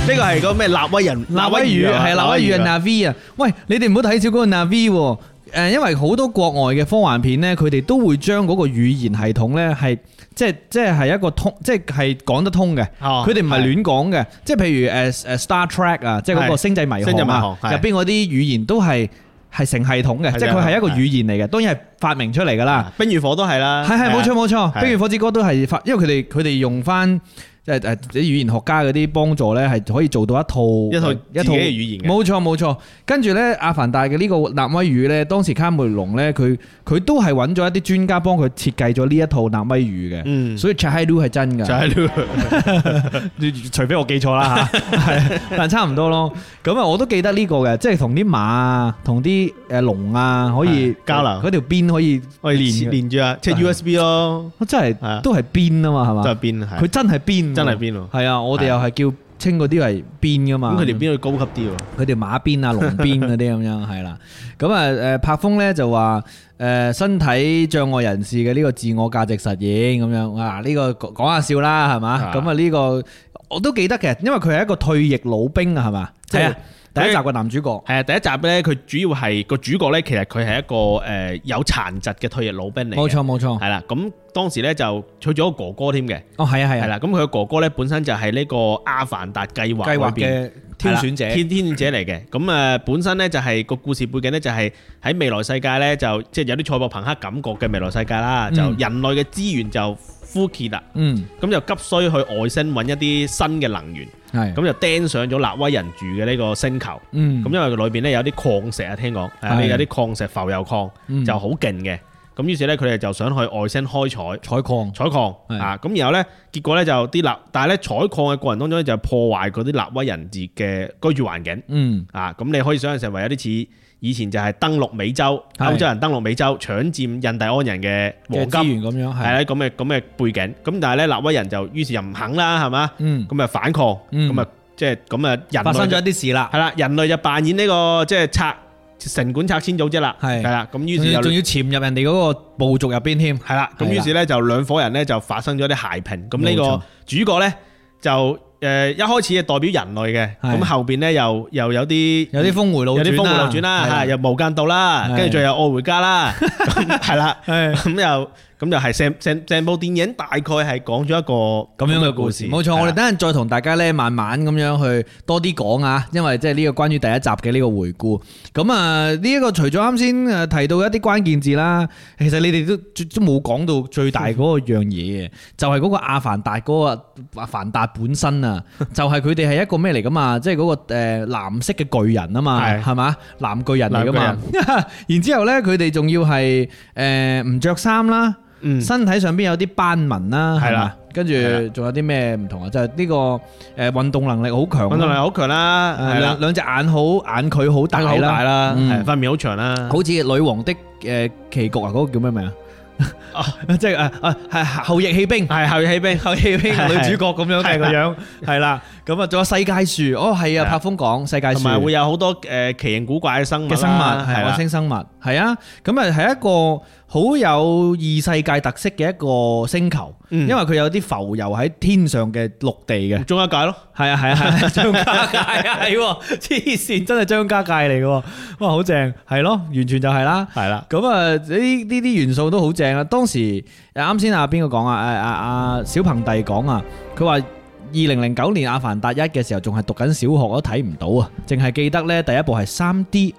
呢個係個咩納威人
納威語
啊
係納威語
啊
啊，Navi 啊！喂，你哋唔好睇少嗰個 Navi 喎。誒，因為好多國外嘅科幻片呢，佢哋都會將嗰個語言系統呢，係即係即係係一個通，即係係講得通嘅。
哦
佢哋唔係亂講嘅，即係譬如誒誒 Star Trek 啊，即係嗰個
係
星際迷
星際迷
航
航
啊，
係
入邊嗰啲語言都係係成系統嘅，
係啊
即係
嘅
佢係一個語言嚟嘅，當然係發明出嚟㗎啦。
冰與火都係啦，
係係冇錯
啊
冇錯，
係
《冰與火之歌》都係發，因為佢哋佢哋用翻誒誒呃啲語言學家嗰啲幫助咧，係可以做到一套呃
一套
一
自己嘅語言嘅
冇錯冇錯，跟住咧，《阿凡達》嘅呢個納威語咧，當時卡梅隆咧，佢佢都係揾咗一啲專家幫佢設計咗呢一套納威語嘅，
嗯，
所以 Chahilu 係真㗎
就。 係呢
除非我記錯 啦嚇，係但差唔多咯。咁啊，我都記得呢個嘅，即係同啲馬啊，同啲誒龍啊，可以
係交流
嗰條邊可以
個
連嘅，
連住啊，即係 USB 咯，
真
係啊
係都係邊啊嘛，係嘛
就？係邊
佢
係
真係邊喎，
真係邊喎。
係啊！我哋又係叫稱嗰啲為邊噶嘛。
咁佢哋邊度高級啲喎？
佢哋馬邊啊、龍邊嗰啲咁樣係啦。 咁啊誒，柏峰咧就話誒、身體障礙人士嘅呢個自我價值實現咁樣啊，呢、個講講下笑啦係嘛？
啊
咁啊呢個我都記得嘅，因為佢係一個退役老兵啊係嘛？即
係
係
啊
第一集嘅男主角。
係啊，第一集咧，佢主要係個主角咧，其實佢係一個誒、呃有殘疾嘅退役老兵嚟嘅。
冇錯冇錯，
係啦，咁當時咧就娶咗個哥哥添嘅，
哦係啊係
係
啊，
啦，咁佢嘅哥哥咧本身就係呢個阿凡達計劃
計劃
裏邊
嘅挑選者
係啦挑挑選者嚟嘅。咁誒、呃本身咧就係、個故事背景咧就係喺未來世界咧就即係有啲賽博朋克感覺嘅未來世界啦，就
嗯
人類嘅資源就枯竭啦，
嗯
咁就急需去外星揾一啲新嘅能源，
係，
咁就釘上咗納威人住嘅呢個星球。
嗯
咁因為佢裏邊咧有啲礦石啊，聽講誒
係
有啲礦石浮油礦
嗯
就好勁嘅，咁於是咧佢哋就想去外星開採
採礦
採礦
係
啊，咁然後咧結果咧就啲納，但係咧採礦嘅過程當中咧就破壞嗰啲納威人自嘅居住環境
嗯
啊，咁你可以想象成為有啲似以前就係登陸美洲，
係
歐洲人登陸美洲搶佔印第安人嘅
嘅
黃
資
金，
源咁樣
係啦
係，
咁嘅咁嘅背景，咁但係咧納威人就於是又唔肯啦，係嘛，
嗯
咁啊反抗，
嗯
咁啊即係咁啊人
發
類
生
就
咗一啲事啦。
係啦，人類就扮演呢、個即係拆城管拆遷組織啦，
係
係啦，咁於
仲
是
要
就
仲要潛入人哋嗰個部族入邊添。
係啦，咁
係啦
於是咧就兩伙人咧就發生咗啲鞋平，咁呢
冇錯
個主角咧就誒、呃一開始係代表人類嘅，
係
咁後邊咧又又有啲
有啲峰回路
有啲峰回路轉
係
啦，
啊
嚇又無間道啦，
係
跟住仲有愛回家啦，咁係啦，
係
咁又咁就係成成成部電影大概係講咗一個
咁樣嘅故事，啊冇錯。我哋等陣再同大家咧，慢慢咁樣去多啲講啊，因為即係呢個關於第一集嘅呢個回顧。咁啊，呢一個除咗啱先誒提到一啲關鍵字啦，其實你哋都都冇講到最大嗰個樣嘢嘅，就係嗰個阿凡達嗰個阿凡達本身 啊，就係佢哋係一個咩嚟噶嘛？即係嗰個誒藍色嘅巨人啊嘛，
係
係嘛？藍巨人嚟噶嘛
藍？
然之後咧，佢哋仲要係誒唔着衫啦。
嗯
身體上邊有啲斑紋啦，
係
係
啦
啦，跟住
係啦
仲有啲咩唔同啊？就係呢個誒運動能力好強啦，
運動力好強啦，
誒
係啦
兩，兩隻眼好眼距好大
大好
啦，
大啦，
嗯
係塊面好長啦，
好似女王的誒棋局啊，嗰個叫咩名啊？ 即係誒誒係後翼棄兵。
係後裔起兵，
後翼棄兵
係
女主角咁樣嘅
係
個
啦
樣，係啦，咁啊仲有世界樹，哦係
係
啊，
啦
柏峰講世界
同
樹
埋會有好多誒奇形古怪嘅生物
嘅生物，
啦
係
係
外
啦，
星生物，係啊，咁啊係一個好有異世界特色嘅一個星球，
嗯
因為佢有啲浮游喺天上嘅陸地嘅。
中一屆咯，
係啊係啊係啊，張家界啊係喎，黐線真係張家界嚟嘅喎，哇好正，係咯，完全就係啦。
係啦，
咁啊，呢呢啲元素都好正啊！當時誒啱先啊，邊個講啊？誒啊啊小朋弟講啊，佢話。二零零九年《阿凡達一》嘅時候，仲係讀緊小學都睇唔到啊，淨係記得呢第一部係三 D，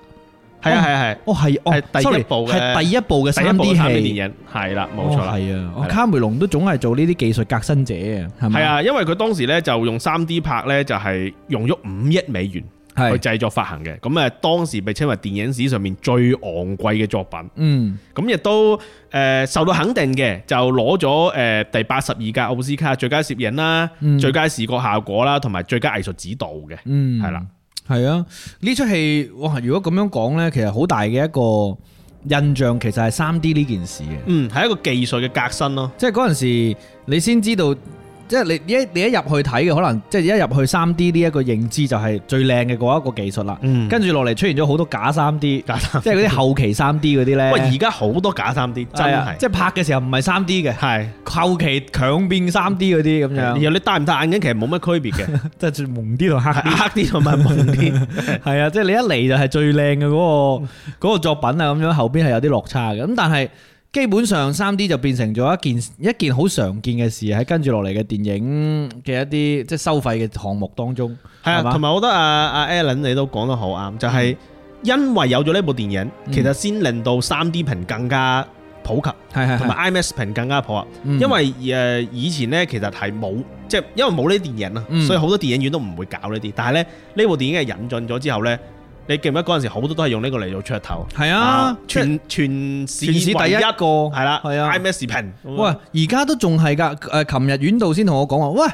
係啊係啊係。
哦係哦
係第一
sorry，
部嘅
係第一部嘅
第一
三
部
D
三 D
戲，
電影係啦，冇錯
哦
啦，
係啊，哦
係啦
卡梅隆都總係做呢啲技術革新者啊，係咪？
係，啊，因為佢當時咧就用三 D 拍咧，就係用咗五億美元去
係，
製作發行嘅。咁誒，當時被稱為電影史上面最昂貴嘅作品。
嗯，
咁亦都誒、呃受到肯定嘅，就攞咗誒第八十二屆奧斯卡最佳攝影啦、
嗯
最佳視覺效果啦，同埋最佳藝術指導嘅。
嗯，
係啦，
係啊，呢出戲哇，如果咁樣講呢，其實好大嘅一個印象，其實係三 D 呢件事嘅，
嗯，係一個技術嘅革新咯。
即係嗰陣時你先知道，即係你一你一入去睇嘅，可能即係一入去三 D 呢一個認知就係最靚嘅嗰一個技術啦。
嗯跟
跟住落嚟出現咗好多假三 D，
假三
即係嗰啲後期三 D 嗰啲呢。
喂，而家好多假三 D，真
啊係啊
係
即係拍嘅時候唔係三 D 嘅，
係。
後期強變三 D 嗰啲咁
然後
樣，
你戴唔戴眼鏡其實冇乜區別 嘅，
即係蒙啲同黑
係黑啲同埋蒙啲。
係啊，即係你一嚟就係最靚嘅嗰個嗰個作品啊，咁樣後邊係有啲落差嘅。咁但係基本上三 D 就變成咗一件一件好常見嘅事喺跟住落嚟嘅電影嘅一啲即係收費嘅項目當中。
係啊，
係嘛
同埋我覺得阿阿 Alan 你都講得好啱，就係因為有咗呢部電影，
嗯
其實先令到 3D 屏更加普 及，
係係
同埋 IMAX 屏更加普及。
嗯
因為誒以前呢，其實係冇，即係因為冇呢啲電影啊，
嗯
所以好多電影院都唔會搞呢啲。但係呢，呢部電影係引進咗之後呢，你記唔記得嗰陣時好多都係用呢個嚟做噱頭？
係啊，全
全全市
全市第一個
唯係啦，
係啊
IMAX 屏。
喂，而家都仲係㗎。誒，琴日院度先同我講話，喂，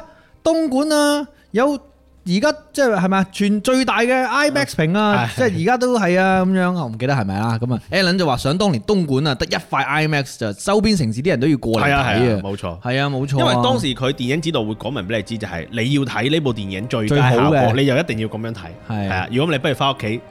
東莞啊有。而家即係係咪啊？全最大嘅 IMAX 屏啊，
嗯係
即係而家都係啊咁樣，我唔記得係咪啦。咁啊，Alan 就話想當年東莞啊，得一塊 IMAX 就周邊城市啲人都要過嚟
係啊係啊，
睇啊。
冇錯。
係啊，冇錯啊。
因為當時佢電影指導會講明俾你知，就係你要睇呢部電影最
最
佳
好
效
嘅
果，你就一定要咁樣睇。
係
係啊，如果唔你不如翻屋企。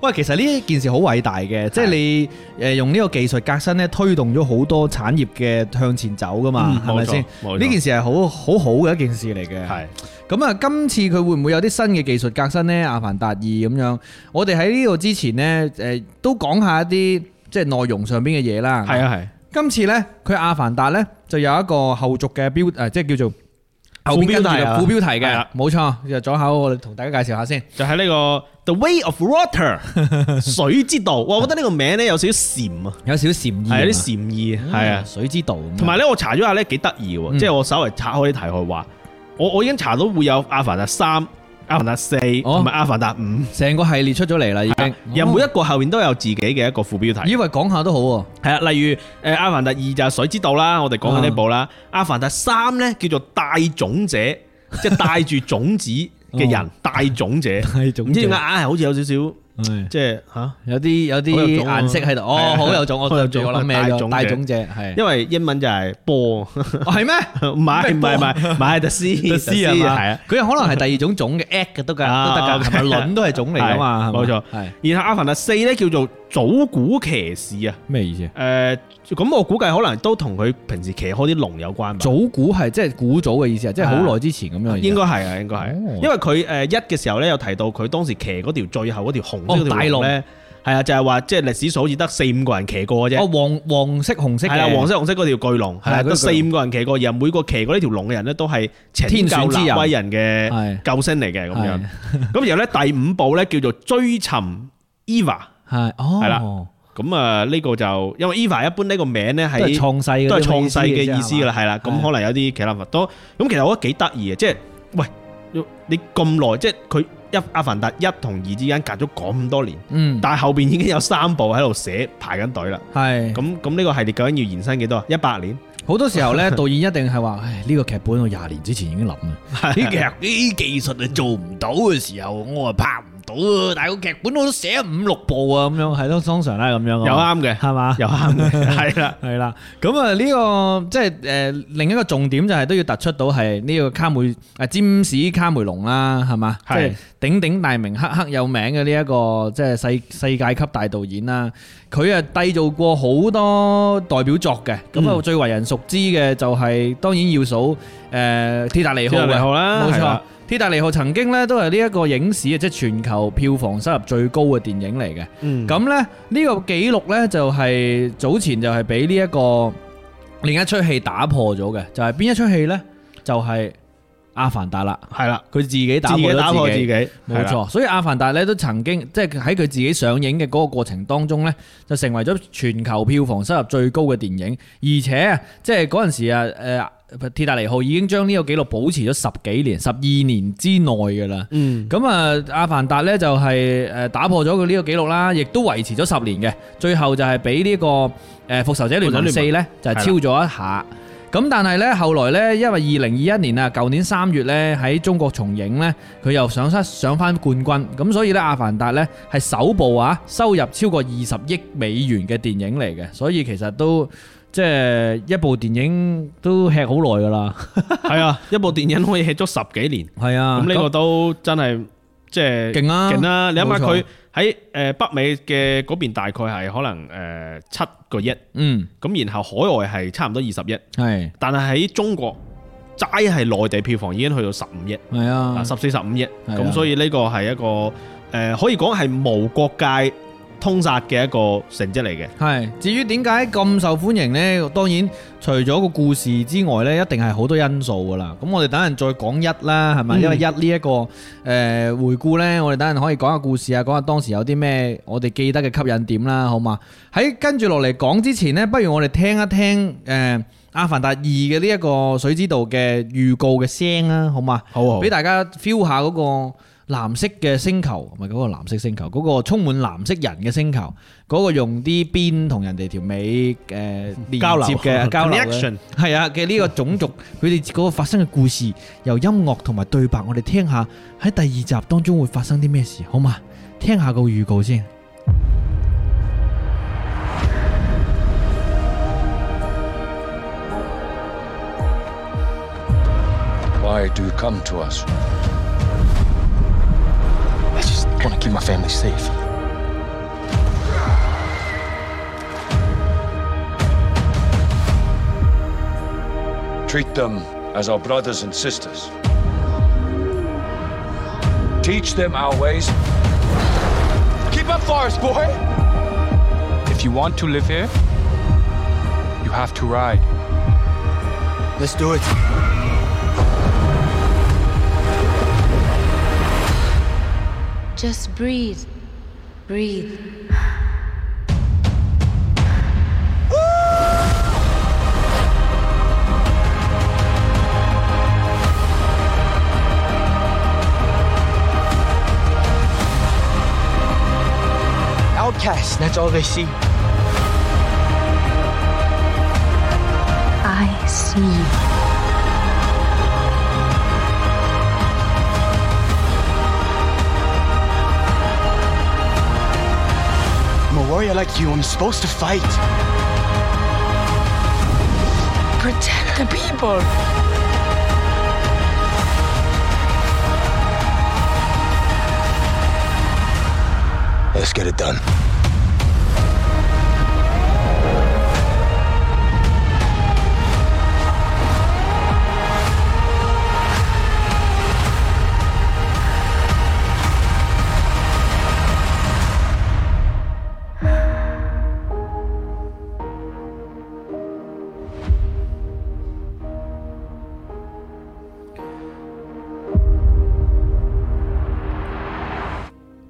喂，其實呢件事好偉大嘅，即係你
啊
誒用呢個技術革新咧，推動咗好多產業嘅向前走噶嘛，
嗯
係咪
冇錯
先？
冇錯
呢件事係好好好嘅一件事嚟嘅。
係
咁啊，今次佢會唔會有啲新嘅技術革新呢？《阿凡達二》咁樣，我哋喺呢度之前呢，誒、都講下一啲即係內容上邊嘅嘢啦。
係啊係。
今次呢，佢《阿凡達》呢，就有一個後續嘅標誒、即係叫做後邊跟住
副標題
就
啊
副標題
係
嘅
啦，
冇錯。就左口我哋同大家介紹下先。
就係呢個 The Way of Water 水之道，哇我覺得呢個名咧有少少禪啊，
有少少禪意，嗯
係有啲禪意，係啊。
水之道咁樣。
同埋咧，我查咗下咧幾得
嗯
意喎，即係我稍微拆開啲題去話，我我已經查到會有《阿凡達三》《阿凡達四》
哦
同埋《阿凡達五》，
成個系列出咗嚟啦，已經。
啊
哦
又每一個後面都有自己嘅一個副標題。
以為講下都好喎。
係啊，例如誒《阿凡達二》就係水之道啦，我哋講緊呢部啦，《阿凡達三》咧叫做帶種者，即係帶住種子嘅人，帶種者。
係
唔知點解硬係好似有少少即係嚇，
有啲有
好有
啲
種啊
顏色喺度，
係
哦
啊，
好有種，我
好有
對住
種
我諗咩
大
咗
種
大
嘅
種者係，
因為英文就係波， 唔
哦係咩？
係唔係唔係唔係特斯
特斯係嘛
係啊。
佢可能係第二種種嘅 egg 嘅都㗎，
啊
都得㗎，
OK
係咪卵都係種嚟㗎嘛？係
係
咪
冇錯
係
然後《阿凡達四》咧叫做早古騎士啊，
咩意思？
誒咁我估計可能都同佢平時騎開啲龍有關吧，
早古係即係古早嘅意思啊，即係好耐之前咁樣嘅意思。
應該係啊，應該係
哦，
呃因為佢誒一嘅時候咧有提到佢當時騎嗰條最後嗰條紅色
哦
嗰條
大龍
龍咧，係啊，就係話即係歷史數好似得四五個人騎過嘅啫。
哦，黃-黃色、紅色嘅。
係啦，黃色紅色嗰條巨龍，係
係啊
啦，
嗰條
得四五個人騎過，而每個騎過呢條龍嘅人咧，都係
天
拯
選
救
之
納
人
威人嘅
係，
救星嚟嘅咁樣。咁然後咧第五部咧叫做追尋 Eva，
係，係，哦。
係啦。咁啊呢個就因為 Eva 一般呢個名咧喺
都係創世嗰啲
都係
咁嘅
創世嘅
意思嘅啫，
意思㗎啦，係啦。咁
係
可能有啲其他佛多，咁其實我覺得幾得意嘅，即係喂，你咁耐，即係佢一《阿凡達》一同二之間隔咗咁多年，
係嘛？嗯，
但係後邊已經有三部喺度寫排緊隊啦。
係。
咁咁呢個系列究竟要延伸幾多啊？一百年？
好多時候 咧，導演一定係話：，唉，呢、個劇本我廿年之前已經諗啦，呢劇呢技術啊做唔到嘅時候，我啊拍唔到啊，但係個劇本我都寫咗五六部啊，咁樣係咯，通常啦咁樣。啊
又，啱嘅，
係嘛？
又 啱嘅，係啦。
係啦，咁啊呢個即係诶另一個重點就係都要突出到係呢個卡梅诶詹士卡梅隆啦，係嘛？即
係
係鼎鼎大名、赫赫有名嘅呢一個即係世世界級大導演啦。佢啊製造過好多代表作嘅，咁啊
嗯
最為人熟知嘅就係當然要數诶《鐵達尼號》
鐵達尼號啦
冇
係
錯。
啦
鐵達尼號曾經咧都係呢一個影史即係全球票房收入最高嘅電影嚟嘅。
嗯
咁咧呢個紀錄呢，就係、早前就係俾呢一個另一出戲打破咗嘅，就係、邊一出戲呢？就係、阿凡達》啦，
係啦，
佢自己打
自
破
己打破
咗
自
自
己
己。，冇
係啦。
錯，所以《阿凡達》呢都曾經即係喺佢自己上映嘅嗰個過程當中呢，就成為咗全球票房收入最高嘅電影，而且啊，即係嗰陣時啊，誒、鐵達尼號》已經將呢個紀錄保持咗十幾年、十二年之內㗎啦。
嗯，
咁啊，阿凡達咧就係誒打破咗佢呢個紀錄啦，亦都維持咗十年嘅，最後就係俾呢個誒復仇者聯盟
復仇
四
者聯
咧就係超咗一下。咁但係咧，後來咧，因為二零二一年啊，舊年三月咧喺中國重影咧，佢又上失上翻冠軍，咁所以咧《阿凡達》咧係首部啊收入超過二十億美元嘅電影嚟嘅，所以其實都即係一部電影都吃好耐㗎啦，
係啊，一部電影可以吃咗十幾年，
係啊，
咁呢 個都真係即係
勁啊
勁啦！你諗
冇
下
錯
佢喺誒北美嘅嗰邊大概係可能誒呃七個億，
嗯
咁然後海外係差唔多二十億，
係
但係喺中國齋係內地票房已經去到十五億，
係啊
啊十四十五億，
啊
咁所以呢個係一個誒可以講係無國界通殺嘅一個成績嚟嘅。
系，至於點解咁受歡迎呢？當然，除咗個故事之外呢，一定係好多因素噶啦。咁我哋等陣再講一啦，係咪？
嗯
因為一呢、一個誒、呃回顧呢，我哋等陣可以講下故事啊，講下當時有啲咩我哋記得嘅吸引點啦，好嘛？喺跟住落嚟講之前呢，不如我哋聽一聽誒、呃阿凡達二》嘅呢一個水之道嘅預告嘅聲啦，好嘛？
好好
俾大家 feel 下嗰個藍色嘅星球，唔係嗰個藍色星球，嗰、個充滿藍色人嘅星球，嗰、個用啲邊同人哋條尾誒、呃、連
交流
接嘅 交流嘅
Connection
係啊嘅呢個種族，佢哋嗰個發生嘅故事，由音樂同埋對白，我哋聽下喺第二集當中會發生啲咩事，好嘛？聽下個預告先。
Why do you come to us?
I just want to keep my family safe.
Treat them as our brothers and sisters. Teach them our ways.
Keep up, Forest Boy!
If you want to live here, you have to ride.
Let's do it.
Just breathe. Breathe.
Outcasts, that's all they see.
I see.
I'm a warrior like you, I'm supposed to fight.
Protect the people.
Let's get it done.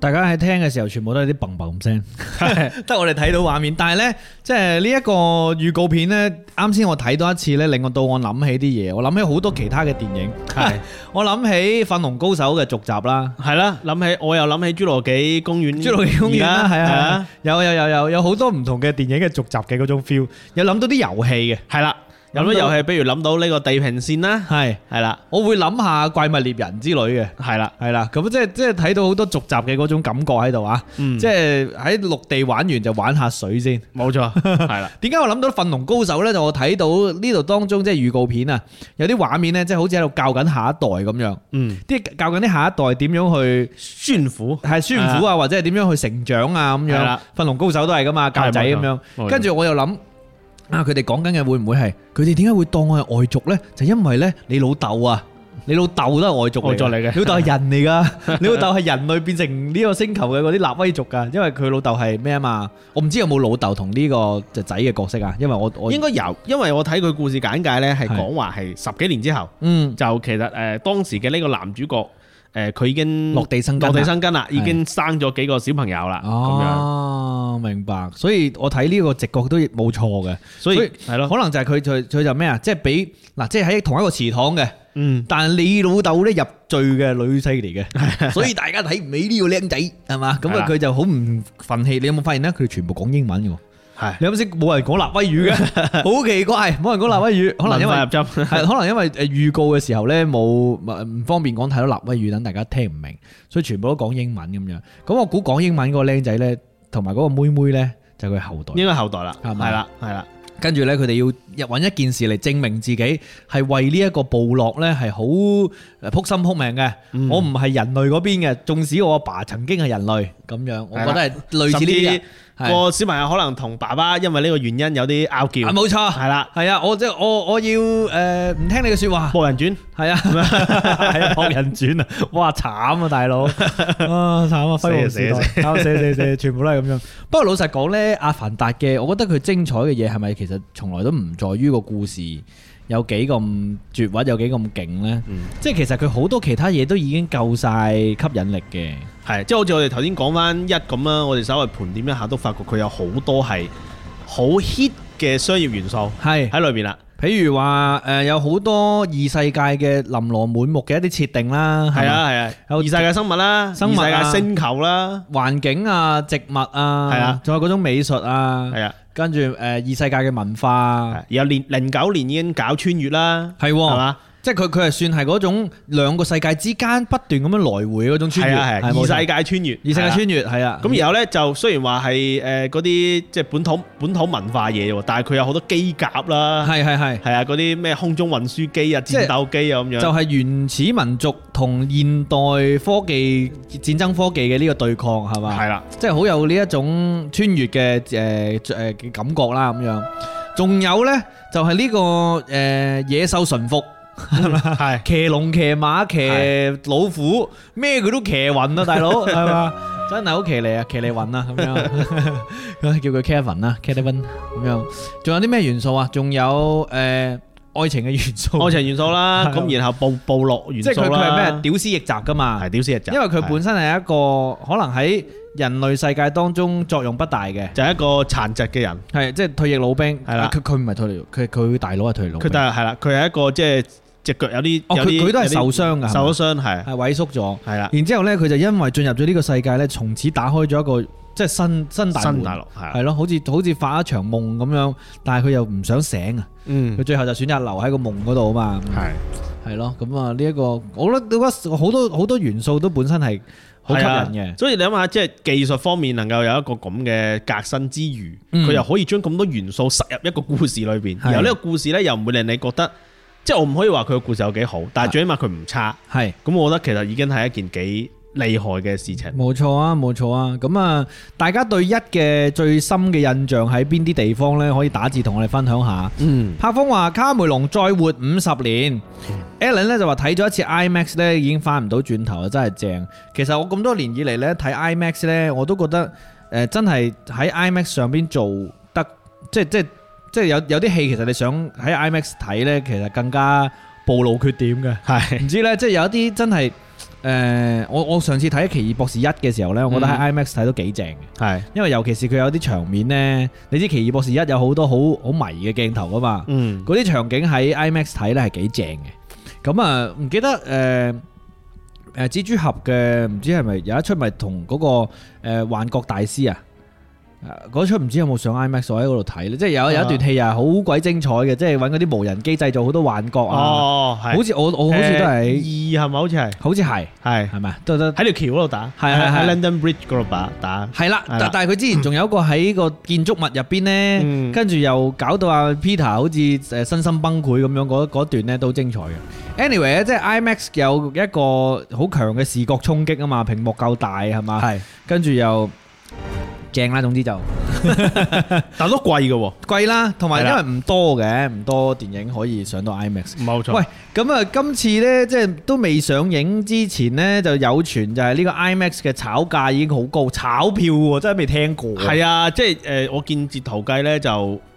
大家喺聽嘅時候，全部都係啲砰砰聲， 得我哋睇到畫面。但係呢，即係呢一個預告片呢，啱先我睇多一次呢，令我到我諗起啲嘢，我諗起好多其他嘅電影，
係
我諗起《憤龍高手》嘅續集啦，
系啦，諗起我又諗起侏羅紀公園，
《侏羅紀公園》啦，係啊，係
係
啊
啊，
有有有有有好多唔同嘅電影嘅續集嘅嗰種 feel，有諗到啲遊戲嘅，
係啦，有
諗
咗
到
遊戲，比如諗到呢個地平線啦，
係
係啦，
我會諗下《怪物獵人》之類嘅。
係啦，
係啦，咁即係即係睇到好多續集嘅嗰種感覺喺度啊！
嗯
即係喺陸地玩完就玩下水先。
冇錯，係啦，
點解我諗到《憤龍高手》呢？就我睇到呢度當中即係預告片啊，有啲畫面呢，即係好似喺度教緊下一代咁樣，
嗯，
即係教緊啲下一代點樣去
酸苦，
係舒唔苦啊，或者係點樣去成長啊咁
係
樣。《
啦
憤龍高手》都係噶嘛，教仔咁
係冇
樣。
錯
跟住我又諗啊，佢哋講緊嘅會唔會係佢哋點解會當我係外族呢？就因為呢，你老豆啊。你老豆都係外族
外族
嚟
嚟嘅
你老豆係人嚟噶， 你老豆係人類變成呢個星球嘅嗰啲納威族噶，因為佢老豆係咩啊嘛？我唔知有冇老豆同呢個隻仔嘅角色啊，因為我我
應該有，因為我睇佢故事簡介呢，係
係
講話係十幾年之後，
嗯
就其實誒當時嘅呢個男主角誒佢已經
落地生根啊
嗯落地生根啦，
係
已經生咗幾個小朋友啦，咁樣，
哦，明白，所以我睇呢個直覺都冇錯嘅，
所以
所以
係咯，
可能就係佢佢佢就咩啊，即係俾嗱，即係喺同一個祠堂嘅。
嗯，
但你老豆咧入罪嘅女婿 嚟嘅，所以大家睇唔起呢個僆仔係嘛？咁
係
啊
啦
佢就好唔憤氣。你有冇發現咧？佢哋全部講英文嘅喎，
係
你啱先冇人講立威 語嘅，好奇怪，冇人講立威語，可能因為
文化入 侵
係可能因為誒預告嘅時候咧冇唔方便講太多立威語，等大家聽唔明，所以全部都講英文咁樣。咁我估講英文嗰個僆仔咧，同埋嗰個妹妹咧，就係佢後代。
應該後代啦，
係
係
咪
啦，係啦，
跟住呢，佢哋要入揾一件事嚟證明自己係為呢一個部落呢係好誒撲心撲命嘅。嗯
嗯
我唔係人類嗰邊嘅，縱使我阿爸曾經係人類咁樣，我
係啦
覺得係類似呢啲人
甚至
係
個小朋友可能同爸爸因為呢個原因有啲拗
啊，
撬，
冇錯，
係啦，
係啊，我即係我我要誒呃唔、聽你嘅説話。
博人傳。
係啊，係啊，惡人轉啊，哇慘啊，大 佬啊慘啊，
死啊
輝煌時代，啊死死死，全部都係咁樣。不過老實講呢，阿凡達嘅，我覺得佢精彩嘅嘢係咪其實從來都唔在於個故事有幾咁絕或者有幾咁勁呢？
嗯
即係其實佢好多其他嘢都已經夠晒吸引力嘅，
係，即係好似我哋頭先講翻一咁啦，我哋稍微盤點一下，都發覺佢有好多係好 hit 嘅商業元素
係。
喺裏面啦。
譬如話誒、有好多異世界嘅琳琅滿目嘅一啲設定啦，
係
係嘛，
啊係啊，
有
異世界生物啦，
生物啊
異世界星球啦，
環境啊、植物啊，
係啊
仲有嗰種美術啊，
係啊，
跟住誒異世界嘅文化
係，啊有零零九年已經搞穿越啦，
係
係
喎，
嘛？
即係佢佢係算係嗰種兩個世界之間不斷咁樣來回嗰種穿
係
越，
啊係啊，
冇
異
錯
世界穿越，
異世界
越。
穿越係啊，
咁然後呢，就雖然話係誒嗰啲即係本土本土文化嘢喎，但係佢有好多機甲啦，
係係係，
係啊嗰啲咩空中運輸機啊、
即係
戰鬥機啊咁樣。
就係原始民族同現代科技戰爭科技嘅呢個對抗係嘛？
係啦，
即係好有呢一種穿越嘅誒誒嘅感覺啦咁樣。仲有呢，就係呢個誒野獸馴服。
嗯 係
騎龍、騎馬、騎老虎，咩佢都騎暈啊，大佬係嘛？真係好騎呢啊，騎呢暈啊咁樣，咁叫佢 Kevin 啦，Kevin 咁樣。仲有啲咩元素啊？仲有誒、呃、愛情嘅元素，
愛情元素啦，
係啊
咁然後部部落元
即
素
係
啦。
佢佢係咩？屌絲逆襲噶嘛
啊係？屌絲日集，
因為佢本身係一個可能喺人類世界當中作用不大嘅，
就係一個殘疾嘅人，
係即係退役老兵。
係啦
佢佢唔係退役，佢佢大佬係退役老兵。
佢但係係啦，佢係一個即係隻腳有啲，
哦，
有
佢
啲
佢都係受
有啲
傷㗎，
受咗傷，係
係萎縮咗。
係啦，
然之後咧，佢就因為進入咗呢個世界咧，從此打開咗一個即係新新大門
新大陸係
係
啦，
咯，好似好似發一場夢咁樣，但係佢又唔想醒啊，
嗯
佢最後就選擇留喺個夢嗰度啊嘛，
係
係咯，咁啊呢一個，我覺得我覺得好多好多元素都本身係好吸
係啊
引嘅，
所以你諗下，即係技術方面能夠有一個咁嘅革新之餘，
嗯
佢又可以將咁多元素塞入一個故事裏邊，
係
然後呢個故事咧又唔會令你覺得，即係我唔可以話佢個故事有幾好，
啊
但係最起碼佢唔差，
係。
咁我覺得其實已經係一件幾厲害嘅事情。
冇錯啊，冇錯啊。咁啊，大家對一嘅最深嘅印象喺邊啲地方呢？可以打字同我哋分享下。
嗯，
柏峰話卡梅隆再活五十年，Alan 咧就話睇咗一次 IMAX 咧已經翻唔到轉頭啦，真係正。其實我咁多年以嚟咧睇 IMAX 咧，我都覺得誒、呃真係喺 IMAX 上邊做得，即係即係即係有有啲戲其實你想喺 IMAX 睇咧，其實更加暴露缺點嘅。
係
唔知呢，即係有一啲真係誒，我我上次睇《奇異博士一》嘅時候呢，我覺得喺 IMAX 睇都幾正嘅，
係，
因為尤其是佢有啲場面呢，你知《奇異博士一》有好多好好迷嘅鏡頭噶嘛，
嗯，
嗰啲場景喺 IMAX 睇呢係幾正嘅。咁啊，唔記得誒誒、呃蜘蛛俠嘅唔知係咪有一出咪同嗰個、呃、幻覺大師啊？誒嗰出唔知有冇上 IMAX 我喺嗰度睇咧，即係有
啊
有一段戲又係好鬼精彩嘅，即係揾嗰啲無人機製造好多幻覺啊！
哦，係，
好似我我好似都係，
誒二係咪？好似係，
好似係
係
係咪？都得
喺條橋嗰度打，
係係係
喺 London Bridge 嗰度打打，
係啦，
係啦
但但係佢之前仲有一個喺個建築物入邊呢，
嗯
跟住又搞到阿 Peter 好似誒身心崩潰咁樣，嗰嗰段呢都精彩嘅。anyway 咧，即係 IMAX 有一個好強嘅視覺衝擊啊嘛，屏幕夠大係嘛，
係，
跟住又正啦，總之就
但都貴嘅喎，
貴啦，同埋因
係
為
啦
唔多嘅，唔多電影可以上到 IMAX。
冇錯，
喂，咁啊，今次呢，即係都未上映之前呢，就有傳就係呢個 IMAX 嘅炒價已經好高，炒票喎，真係未聽過。
係啊，即係誒，我見截圖計咧就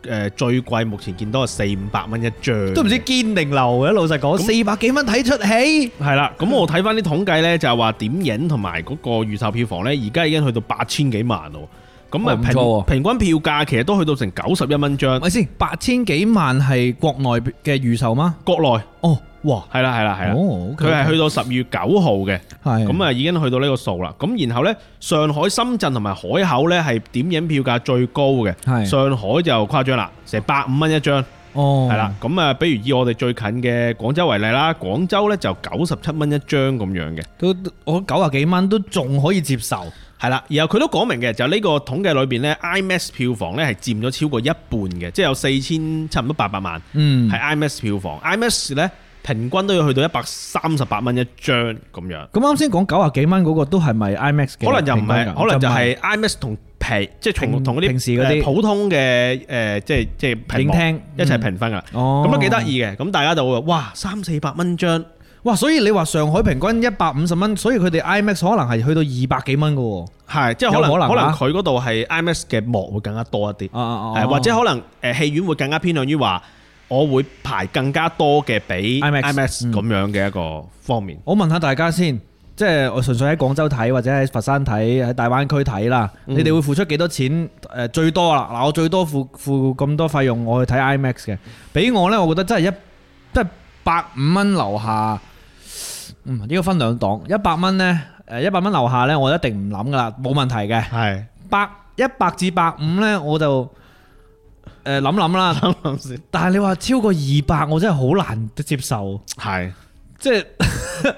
誒最貴，目前見到係四五百蚊一張，
都唔知堅定流嘅，老實講，四百幾蚊睇出戲，
係啦，咁我睇翻啲統計呢，就係話點影同埋嗰個預售票房呢，而家已經去到八千幾萬咯。咁
哦
啊
唔
平
錯喎
平均票價其實都去到成九十一蚊張
咪，先？八千幾萬係國內嘅預售嗎？
國內
哦，哇，
係啦係啦係啦，
哦，OK，
佢係去到十月九號嘅，
係
咁
啊，
啊已經去到呢個數啦。咁然後呢，上海、深圳同埋海口呢，係點影票價最高嘅，
係
上海就誇張啦，成百五蚊一張。
哦，
係啦，，咁啊，比如以我哋最近嘅廣州為例啦，廣州呢就九十七蚊一張咁樣嘅，
都都我九啊幾蚊都仲可以接受，
係啦。然後佢都講明嘅，就呢個統計裏邊呢 IMAX 票房呢係佔咗超過一半嘅，即係有四千差唔多八百萬
嗯，
係 IMAX 票房。IMAX 呢平均都要去到一百三十八蚊一張咁樣，
咁啱先講九啊幾蚊嗰個都係咪 IMAX 嘅？
可能就唔
平均
係，
價
可能就
唔
係 IMAX 同平，即係
平
同同嗰啲
平時嗰啲
誒普通嘅誒，即係即係屏幕
影廳
一齊
嗯
平分噶啦。
哦，
咁都幾得。意嘅，咁大家就會話哇三四百蚊張。
哇！所以你話上海平均一百五十蚊，所以佢哋 IMAX 可能係去到二百幾蚊嘅喎。
係，即係可
有
能
可
可
能
能
啊
佢嗰度係 IMAX 嘅幕會更加多一啲，
啊啊啊
係或者可能誒戲院會更加偏向於話，我會排更加多嘅俾
IMAX
IMAX
嗯
咁樣嘅一個方面。
我問下大家先，即係我純粹喺廣州睇，或者喺佛山睇，喺大灣區睇啦。你哋會付出幾多錢？誒、最多啦，嗱，我最多付付咁多費用，我去睇 IMAX 嘅。俾我呢，我覺得真係一即係百五蚊樓下，嗯，呢、個分兩檔，一百蚊呢，呃誒一百蚊樓下呢，我一定唔諗噶啦，冇問題嘅。
係，
百一百至百五呢，我就誒諗諗啦。
啱啱先？
但係你話超過二百，我真係好難接受。
係，
即係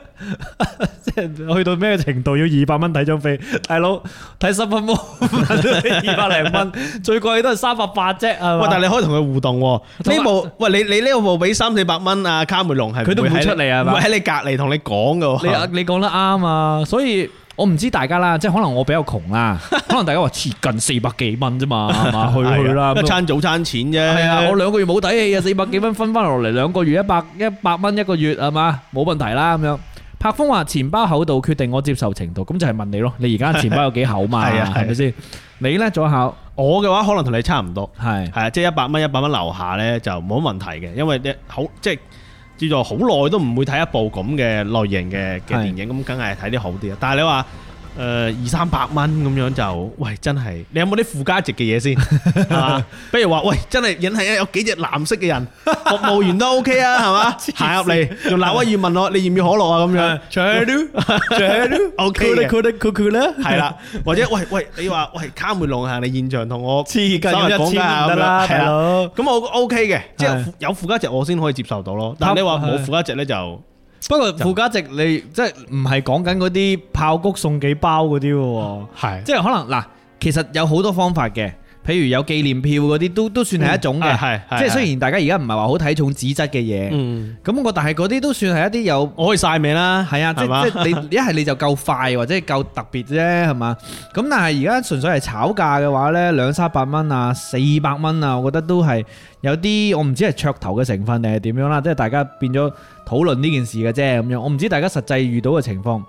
即係去到咩程度要二百蚊睇張飛？大佬睇十分魔二百零蚊，最貴都係三百八啫，係
喂，
嘛？
但係你可以同佢互動喎。呢部喂你你呢部俾三四百蚊啊，卡梅隆係
佢都唔會
喺
出嚟啊係
唔
嘛
會喺你隔離同你講嘅喎。
你你啊講得啱啊！所以我唔知大家啦，即係可能我比較窮 啦，可能大家話切近四百幾蚊啫嘛，係嘛？
係啊
去去啦，
一餐早餐錢啫。
係啊！我兩個月冇底氣啊，四百幾蚊分翻落嚟，兩個月一百一百蚊一個月係嘛，冇問題啦咁樣。柏峰話錢包厚度決定我接受程度，咁就係問你咯，你而家錢包有幾厚嘛？
係啊係啊
係咪先？你呢？左考
我嘅話可能同你差唔多。
係
係啊，即係一百蚊一百蚊樓下咧就冇乜問題嘅，因為咧好即係叫做好耐都唔會睇一部咁嘅類型嘅 嘅
係
電影，咁梗係睇啲好啲啊。但係你話誒二三百蚊咁樣就，喂真係你有冇啲附加值嘅嘢先係嘛？比如話喂真係影係有幾隻藍色嘅人，服務員都 OK 啊，係嘛？行入嚟用挪威語問我你要唔要可樂啊咁樣 ，OK 嘅。
得佢佢咧，
系啦，或者喂喂，你話喂卡梅隆行嚟現場同我
黐筋
稍微講
一千
下
唔得啦
咁樣係
大佬
咁我 OK 嘅，即係
係
附有附加值我先可以接受到咯。但係你話冇附加值咧就
不過附加值你即係唔係講緊嗰啲炮谷送幾包嗰啲喎，
係
即係可能嗱，其實有好多方法嘅。譬如有紀念票嗰啲都都算係一種嘅，
嗯係係係
即係雖然大家而家唔係話好睇重紙質嘅嘢，
嗯，
咁我但係嗰啲都算係一啲有
我可以晒命啦，
係啊，即
係嘛
即 係你一係你就夠快或者夠特別啫，係嘛？咁但係而家純粹係炒價嘅話呢，兩三百蚊啊，四百蚊啊，我覺得都係有啲我唔知係噱頭嘅成分定係點樣啦，即係大家變咗討論呢件事嘅啫咁樣。我唔知大家實際遇到嘅情況。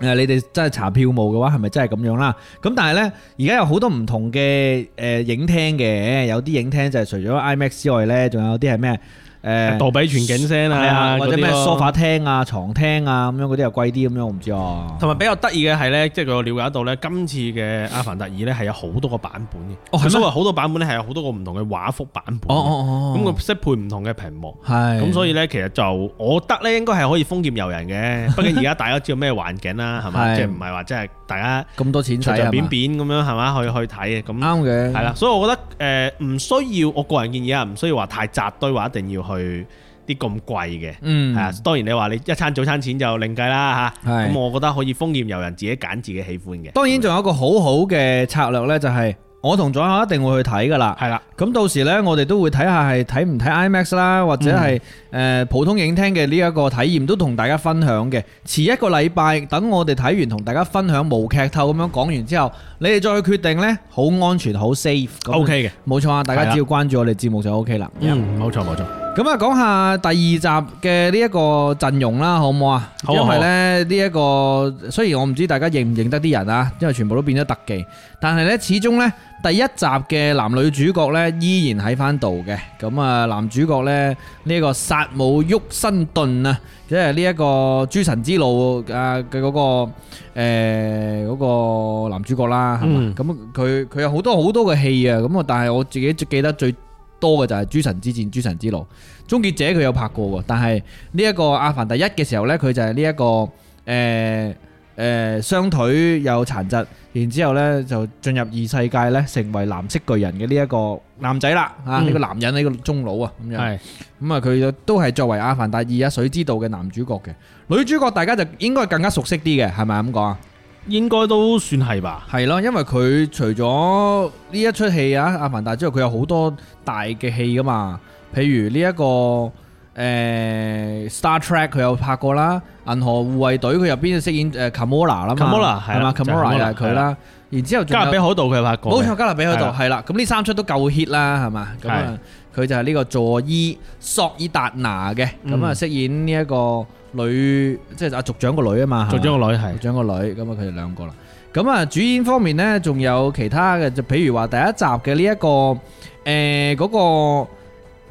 誒，你哋真係查票務嘅話，係咪真係咁樣啦？咁但係呢，而家有好多唔同嘅誒影廳嘅，有啲影廳就係除咗 IMAX 之外呢，仲有啲係咩誒
杜比全景聲
係
啊，
啊，或者
嗰啲
咩
咯
梳化廳啊、床廳啊咁樣嗰啲又貴啲咁樣，我唔知啊。
同埋比較得意嘅係咧，即係我了解到咧，今次嘅《阿凡達二》咧係有好多個版本嘅。
哦係咩
所謂好多版本咧係有好多個唔同嘅畫幅版本。
哦哦哦哦
咁佢適配唔同嘅屏幕。
係
咁所以咧，其實就我覺得咧，應該係可以封劍遊人嘅。 畢竟而家大家知道咩環境啦，係嘛？
係
即係唔係話即係大家
咁多錢使
隨
啊
隨便
嘛？
便咁樣係嘛去去睇嘅。咁
啱嘅，
係啦，所以我覺得呃誒唔需要，我個人建議啊，唔需要話太扎堆話一定要去啲咁貴嘅。
嗯
係啊，當然你話你一餐早餐錢就另計啦嚇。
係
咁我覺得可以豐儉由人，自己揀自己喜歡嘅。
當然仲有一個好好嘅策略呢，就係我同左下一定會去睇噶啦。
係啦，
咁到時呢，我哋都會睇下係睇唔睇 IMAX 啦，或者係誒、
嗯
呃普通影廳嘅呢一個體驗都同大家分享嘅。遲一個禮拜，等我哋睇完同大家分享無劇透咁樣講完之後，你哋再去決定呢，好安全好 safe 咁。
OK 嘅
冇錯啊！大
係
家
啦
只要關注我哋節目就 OK 啦。
嗯，冇錯冇錯，
咁啊，講下第二集嘅呢一個陣容啦，好唔好啊？
好啊
因為咧呢一個雖然我唔知大家認唔認得啲人啊，因為全部都變咗特技，但係呢，始終呢，第一集嘅男女主角呢依然喺翻度嘅。咁啊，男主角呢，呢、個薩姆沃辛頓啊，即係呢一個諸神之路啊嘅嗰個誒嗰、個男主角啦，係嘛
嗯？
咁佢佢有好多好多嘅戲啊，咁啊，但係我自己最記得最多嘅就係《諸神之戰》《諸神之路》，《終結者》佢有拍過喎，但係呢一個《阿凡達一》嘅時候呢，佢就係呢一個誒誒、呃雙腿有殘疾，然之後呢就進入異世界呢，成為藍色巨人嘅呢一個男仔啦，啊呢、
嗯
個男人呢、個中佬啊咁樣。
係
咁啊，佢都係作為《阿凡達二》啊《水之道》嘅男主角嘅，女主角大家就應該更加熟悉啲嘅，係咪咁講啊？
應該都算係吧。
係咯，因為佢除咗呢一出戲啊《阿凡達》之外，佢有好多大嘅戲噶嘛，譬如呢、一個誒、呃 Star Trek 佢有拍過啦，《銀河護衛隊》佢入邊飾演誒 Kamora 啦嘛
Kamala，係啦
係嘛
就係 Kamala，
，Kamora 又係佢啦，然之後仲
加
有
勒比海盜佢拍過
冇
嘅，
錯，啊加勒比喺
係啦
度係啦。咁呢三出都夠 hit 啦，係嘛？咁啊，佢就係呢個佐伊索爾達拿嘅，咁啊
嗯
飾演呢一個女，即係阿族長個女啊嘛，係嘛
做咗個女
族
係
長個女，咁啊佢哋兩個啦。咁啊主演方面呢，仲有其他嘅，就譬如話第一集嘅呢一個誒嗰個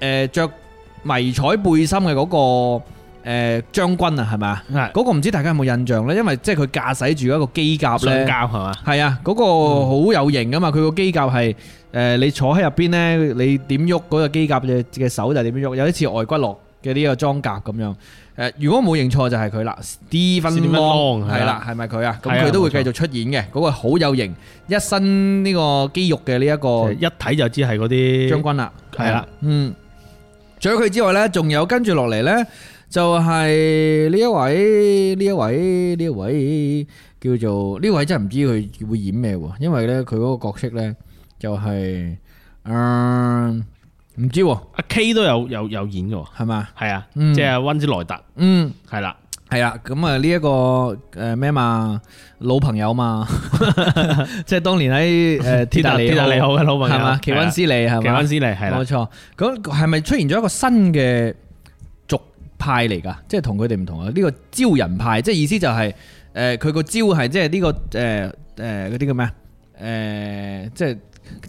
誒著迷彩背心嘅嗰個誒將軍啊，係咪啊？
係
嗰個唔知大家有冇印象呢？因為即係佢駕駛住一個機甲
上
呢。
交係嘛？嗯
係啊，嗰、個好有型噶嘛，佢個機甲係誒、呃你坐喺入邊呢，你點喐嗰個機甲嘅嘅手就點樣喐，有啲似外骨骼嘅呢個裝甲咁樣。誒、如果冇認錯就係佢啦，Stephen
Stephen
Long
Long，
係
係
啦
啦，
係咪佢啊？咁
係啊
佢都會
冇
繼
錯
續出演嘅，嗰、個好有型，一身呢個肌肉嘅呢一個
一睇就知係嗰啲
將軍啦。
係啦，
嗯，除咗佢之外呢，仲有跟住落嚟呢，就係呢一位呢一位呢一位叫做呢位真係唔知佢會演咩喎，因為呢，佢嗰個角色呢，就係嗯唔知喎，
阿啊 K 都有有有演嘅喎，
係嘛？
係啊，
嗯
即係温斯萊特
嗯，
係啦，
係啦，咁啊呢一個誒咩嘛老朋友嘛， 即係當年喺誒 鐵達尼
鐵達尼
好
號嘅老朋友
係嘛？奇温斯利係
奇
嘛
温？斯利係
冇
啦，
錯。咁係咪出現咗一個新嘅族派嚟㗎？即係同佢哋唔同啊！呢、個招人派，即係意思就係、誒佢個招係即係呢、個誒誒嗰啲叫咩啊？誒、即係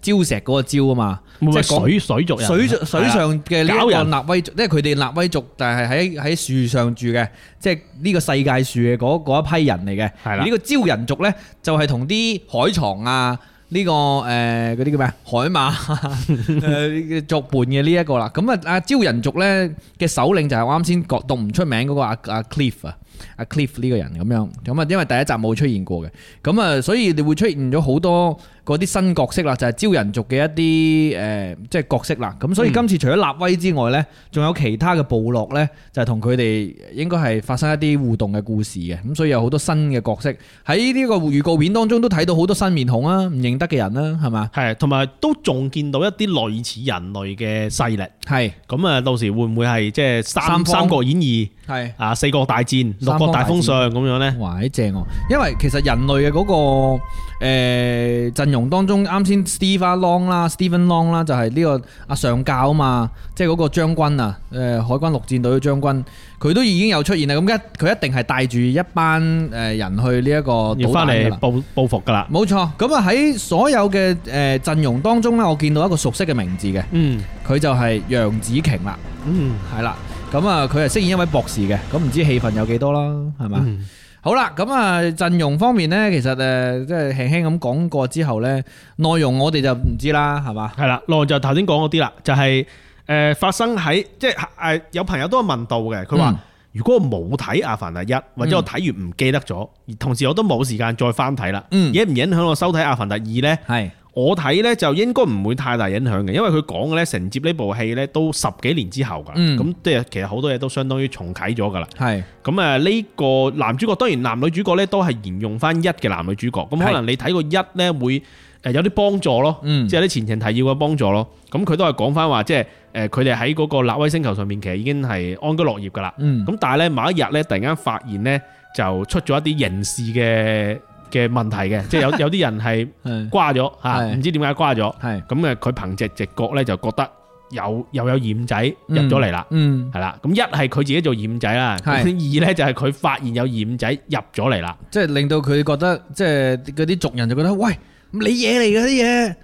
礁石嗰個招啊嘛，
會唔
即
會
係講
水水族人啊
水上水上嘅呢一
搞
個
人
納威族，即係佢哋納威族，但係喺喺樹上住嘅，即係呢個世界樹嘅嗰嗰一批人嚟嘅。
係啦
而呢個招人族呢，就係同啲海床啊。呢、個誒嗰啲叫咩啊海 馬誒作伴嘅呢一個啦，咁啊阿招人族咧嘅首領就係我啱先講讀唔出名嗰個阿阿 Cliff 啊，阿 Cliff 呢個人咁樣，咁啊因為第一集冇出現過嘅，咁啊所以你會出現咗好多嗰啲新角色啦，就係、招人族嘅一啲誒、呃即係角色啦，咁所以今次除咗立威之外呢，仲有其他嘅部落呢，就係同佢哋應該係發生一啲互動嘅故事嘅，咁所以有好多新嘅角色喺呢個預告片當中都睇到好多新面孔啊，唔認得嘅人啦，係嘛？
係，同埋都仲見到一啲類似人類嘅勢力。
係
咁啊，到時會唔會係即係
三方
三三國演義
係。
啊、四國大戰、
三
六
方
國
大
大
戰
封相咁樣咧？
哇！啲正喎，因為其實人類嘅嗰、個誒、呃、陣容當中，啱先 Steve 啊 Long 啦，Stephen Long 啦，就係呢個阿上教啊嘛，即係嗰個將軍啊，誒、海軍陸戰隊嘅將軍，佢都已經有出現啦。咁一佢一定係帶住一班誒人去呢一個
要
島
翻
彈㗎啦
嚟報報復噶啦。
冇錯，咁啊喺所有嘅誒陣容當中呢，我見到一個熟悉嘅名字嘅，
嗯
佢就係楊紫瓊啦，
嗯，
係啦，咁啊佢係飾演一位博士嘅，咁唔知戲份有幾多啦，係嘛？
嗯
好啦，咁啊陣容方面呢，其實呃誒即係輕輕咁講過之後呢，內容我哋就唔知啦，係嘛？
系啦，內容就頭先講嗰啲啦，就係、呃發生喺即係誒、呃有朋友都有問到嘅，佢話、
嗯
如果我冇睇《阿凡達一》，或者我睇完唔記得咗，而同時我都冇時間再翻睇啦，
嗯
影唔影響我收睇《阿凡達二》呢？
係，
我睇呢就應該唔會太大影響嘅，因為佢講嘅呢承接呢部戲呢都十幾年之後㗎，
嗯
咁即係其實好多嘢都相當於重啟咗㗎啦。
係，
咁啊呢個男主角當然男女主角呢都係沿用翻一嘅男女主角，咁可能你睇過一呢會誒有啲幫助咯，
嗯
即係有啲前情提要嘅幫助咯。咁佢都係講翻話，即係誒佢哋喺嗰個納威星球上面其實已經係安居樂業噶啦。
嗯，
咁但係呢，某一日呢，突然間發現呢，就出咗一啲刑事嘅嘅問題嘅，即係有有啲人係
係
瓜咗嚇，
係
唔知點解瓜咗。
係，
咁誒佢憑藉直覺呢，就覺得有又有染仔入咗嚟啦。
嗯，
系啦，咁一係佢自己做染仔啦，咁
係
二咧就係佢發現有染仔入咗嚟啦，
即係令到佢覺得，即係嗰啲族人就覺得，喂，你嘢嚟嘅 啲嘢，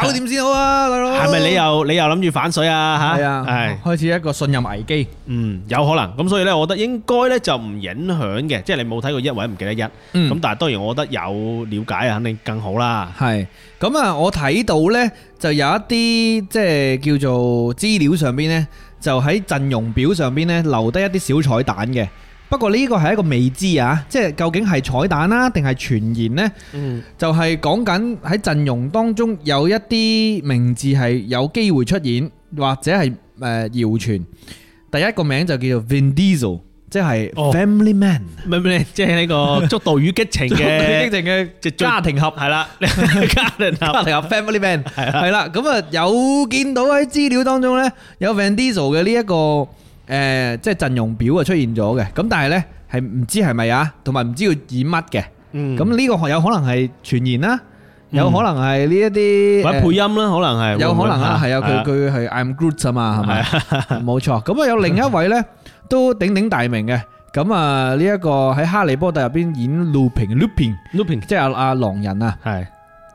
搞掂先好啊，大佬。
係咪你又你又諗住反水啊吓？
係啊，
係
開始一個信任危機。
嗯有可能，咁所以咧，我覺得應該咧就唔影響嘅，即係你冇睇過一或者唔記得一，咁
嗯
但係當然我覺得有了解啊，肯定更好啦。
係咁啊！我睇到呢，就有一啲即係叫做資料上邊呢，就喺陣容表上邊呢留低一啲小彩蛋嘅。不過呢個係一個未知啊，即係究竟係彩蛋啦、定係傳言呢？
嗯，
就係講緊喺陣容當中有一啲名字係有機會出現，或者係誒謠傳。第一個名就叫做 Vin Diesel，即係
哦
Family Man，
咪咪即係呢個速度與激情嘅
正嘅
即係最
家庭合
係 啦，家庭
家
合
庭合 family man 係啦，咁啊有見到喺資料當中呢，有 Van Diesel 嘅呢一個誒、呃即係陣容表啊出現咗嘅，咁但係呢，係唔知係咪啊，同埋唔知要演乜嘅，
嗯
咁呢、個有可能係傳言啦，有可能係呢一啲
或者
呃
配音啦，可能係
有可能啦，
會
係
唔會
啊，佢佢係 I'm Groot 啊嘛，係咪？ 冇錯。咁啊，有另一位咧都鼎鼎大名嘅，咁啊呢一個喺《哈利波特》入邊演 Lupin Lupin，
Lupin
即係阿阿狼人啊，
係